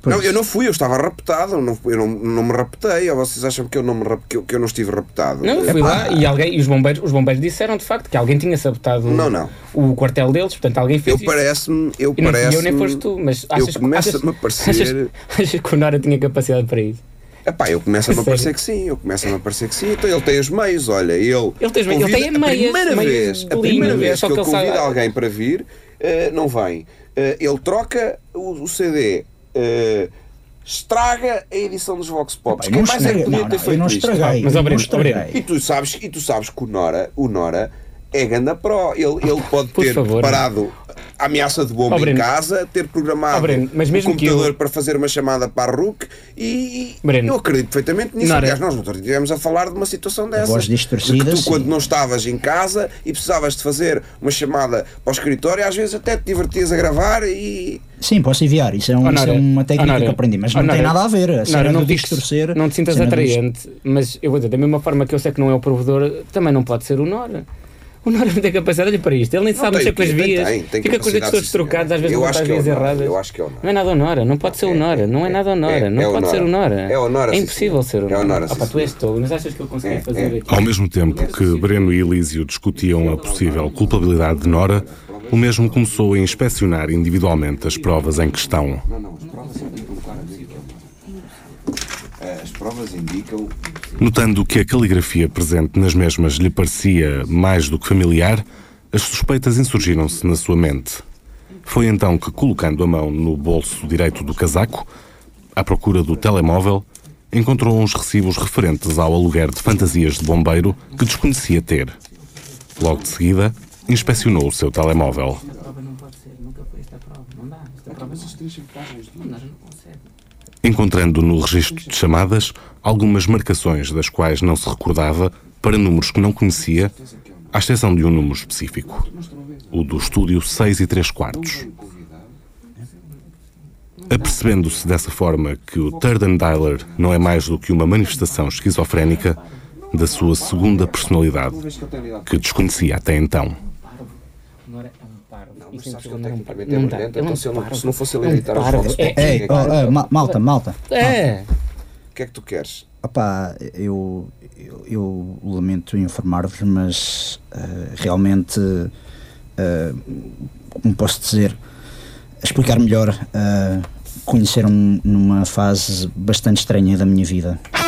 S2: Pois.
S4: não, eu não fui, eu estava raptado, eu não, eu não, não me raptei, ou vocês acham que eu não, me rap- que eu, que eu não estive raptado?
S3: Não, eu fui lá e, alguém, e os, bombeiros, os bombeiros disseram de facto que alguém tinha sabotado
S4: Não, não.
S3: o quartel deles, portanto alguém fez
S4: Eu
S3: isso.
S4: parece-me, eu
S3: E não fui
S4: parece
S3: eu nem foste tu, mas achas, que- achas,
S4: começo-me a parecer-
S3: achas, achas que o Nora tinha capacidade para isso?
S4: Epá, eu começo a me
S3: Sério?
S4: parecer que sim, eu começo a me parecer que sim, então ele tem os meios, olha, ele,
S3: Ele tem os meios, ele tem
S4: convida- a
S3: meias,
S4: primeira
S3: meias
S4: vez,
S3: de
S4: a primeira
S3: linha,
S4: vez
S3: só
S4: que
S3: que
S4: ele
S3: ele sabe-
S4: convida alguém para vir, eh, não vem. Eh, ele troca o, o CD, eh, estraga a edição dos Vox Pops.
S2: Não
S4: Quem mais é que
S2: estraguei-
S4: podia
S2: não,
S4: ter
S2: não,
S4: feito
S2: eu não
S4: isto?
S2: estraguei. eu
S3: Mas,
S2: não
S3: Abril,
S4: E
S2: estraguei.
S4: tu sabes, e tu sabes que o Nora, o Nora é ganda pro. Ele, ele pode
S3: Por
S4: ter
S3: favor.
S4: preparado a ameaça de bomba
S3: Oh,
S4: em
S3: Breno.
S4: casa, ter
S3: Oh,
S4: programado
S3: Breno, mas mesmo
S4: o
S3: que
S4: computador
S3: eu-
S4: para fazer uma chamada para a RUC e, e
S3: Breno.
S4: eu acredito perfeitamente nisso.
S3: Nora.
S4: Aliás, nós não estivemos a falar de uma situação dessa.
S2: voz distorcida,
S4: de que tu,
S2: sim.
S4: quando não estavas em casa e precisavas de fazer uma chamada para o escritório, às vezes até te divertias a gravar e
S2: Sim, posso enviar. Isso é, um, isso é
S3: Honório,
S2: uma técnica
S3: Honório,
S2: que aprendi, mas não
S3: Honório,
S2: tem nada a ver. A cena
S3: Honório,
S2: do
S3: te-
S2: distorcer.
S3: Não te sintas
S2: cena do
S3: atraente, mas eu vou dizer, da mesma forma que eu sei que não é o provedor, também não pode ser o Nora. O Nora não tem capacidade para isto, ele nem sabe
S4: tem,
S3: mexer com as
S4: tem,
S3: vias,
S4: tem, tem
S3: fica com os dedos
S4: capacidade,
S3: todos
S4: sim, senhor.
S3: trocados, às vezes
S4: Eu
S3: não
S4: acho
S3: as
S4: que é o
S3: vias
S4: Nora,
S3: erradas.
S4: eu acho que é o Nora.
S3: Não é nada o Nora, não pode ser o Nora, não é nada o Nora,
S4: é,
S3: não
S4: é o
S3: pode ser o
S4: Nora.
S3: Nora.
S4: É o Nora,
S3: É
S4: sim,
S3: impossível ser
S4: É
S3: o
S4: o
S3: Nora.
S4: Nora,
S3: Ah, pá,
S4: sim,
S3: tu és tolo, mas achas que ele consegue
S4: É,
S3: fazer
S4: é.
S3: aquilo?
S1: Ao mesmo tempo que Breno e Elísio discutiam a possível culpabilidade de Nora, o mesmo começou a inspecionar individualmente as provas em questão.
S4: Não, não, as provas indicam claramente que é uma. As provas indicam.
S1: Notando que a caligrafia presente nas mesmas lhe parecia mais do que familiar, as suspeitas insurgiram-se na sua mente. Foi então que, colocando a mão no bolso direito do casaco, à procura do telemóvel, encontrou uns recibos referentes ao aluguer de fantasias de bombeiro que desconhecia ter. Logo de seguida, inspecionou o seu telemóvel. encontrando no registro de chamadas algumas marcações das quais não se recordava para números que não conhecia, à exceção de um número específico, o do estúdio 6 e 3 quartos. Apercebendo-se dessa forma que o Turden Dialer não é mais do que uma manifestação esquizofrénica da sua segunda personalidade, que desconhecia até então.
S3: O Nora é um parvo.
S4: Não,
S3: E
S4: mas
S3: sim,
S4: sabes que ele
S3: ele não é um parvo.
S4: tecnicamente é
S3: Não dá,
S4: brilhante,
S3: ele é
S4: então
S3: um
S4: se ele não-
S3: parvo.
S4: se não fosse ele
S3: É um
S4: editar os
S3: parvo.
S4: Vox Pops,
S2: Ei, oh, ah, ma- malta, malta.
S3: É!
S4: O que é que tu queres?
S2: Opá, eu, eu, eu lamento informar-vos, mas eh, realmente, eh, como posso dizer, explicar melhor, eh, conheceram-me numa fase bastante estranha da minha vida.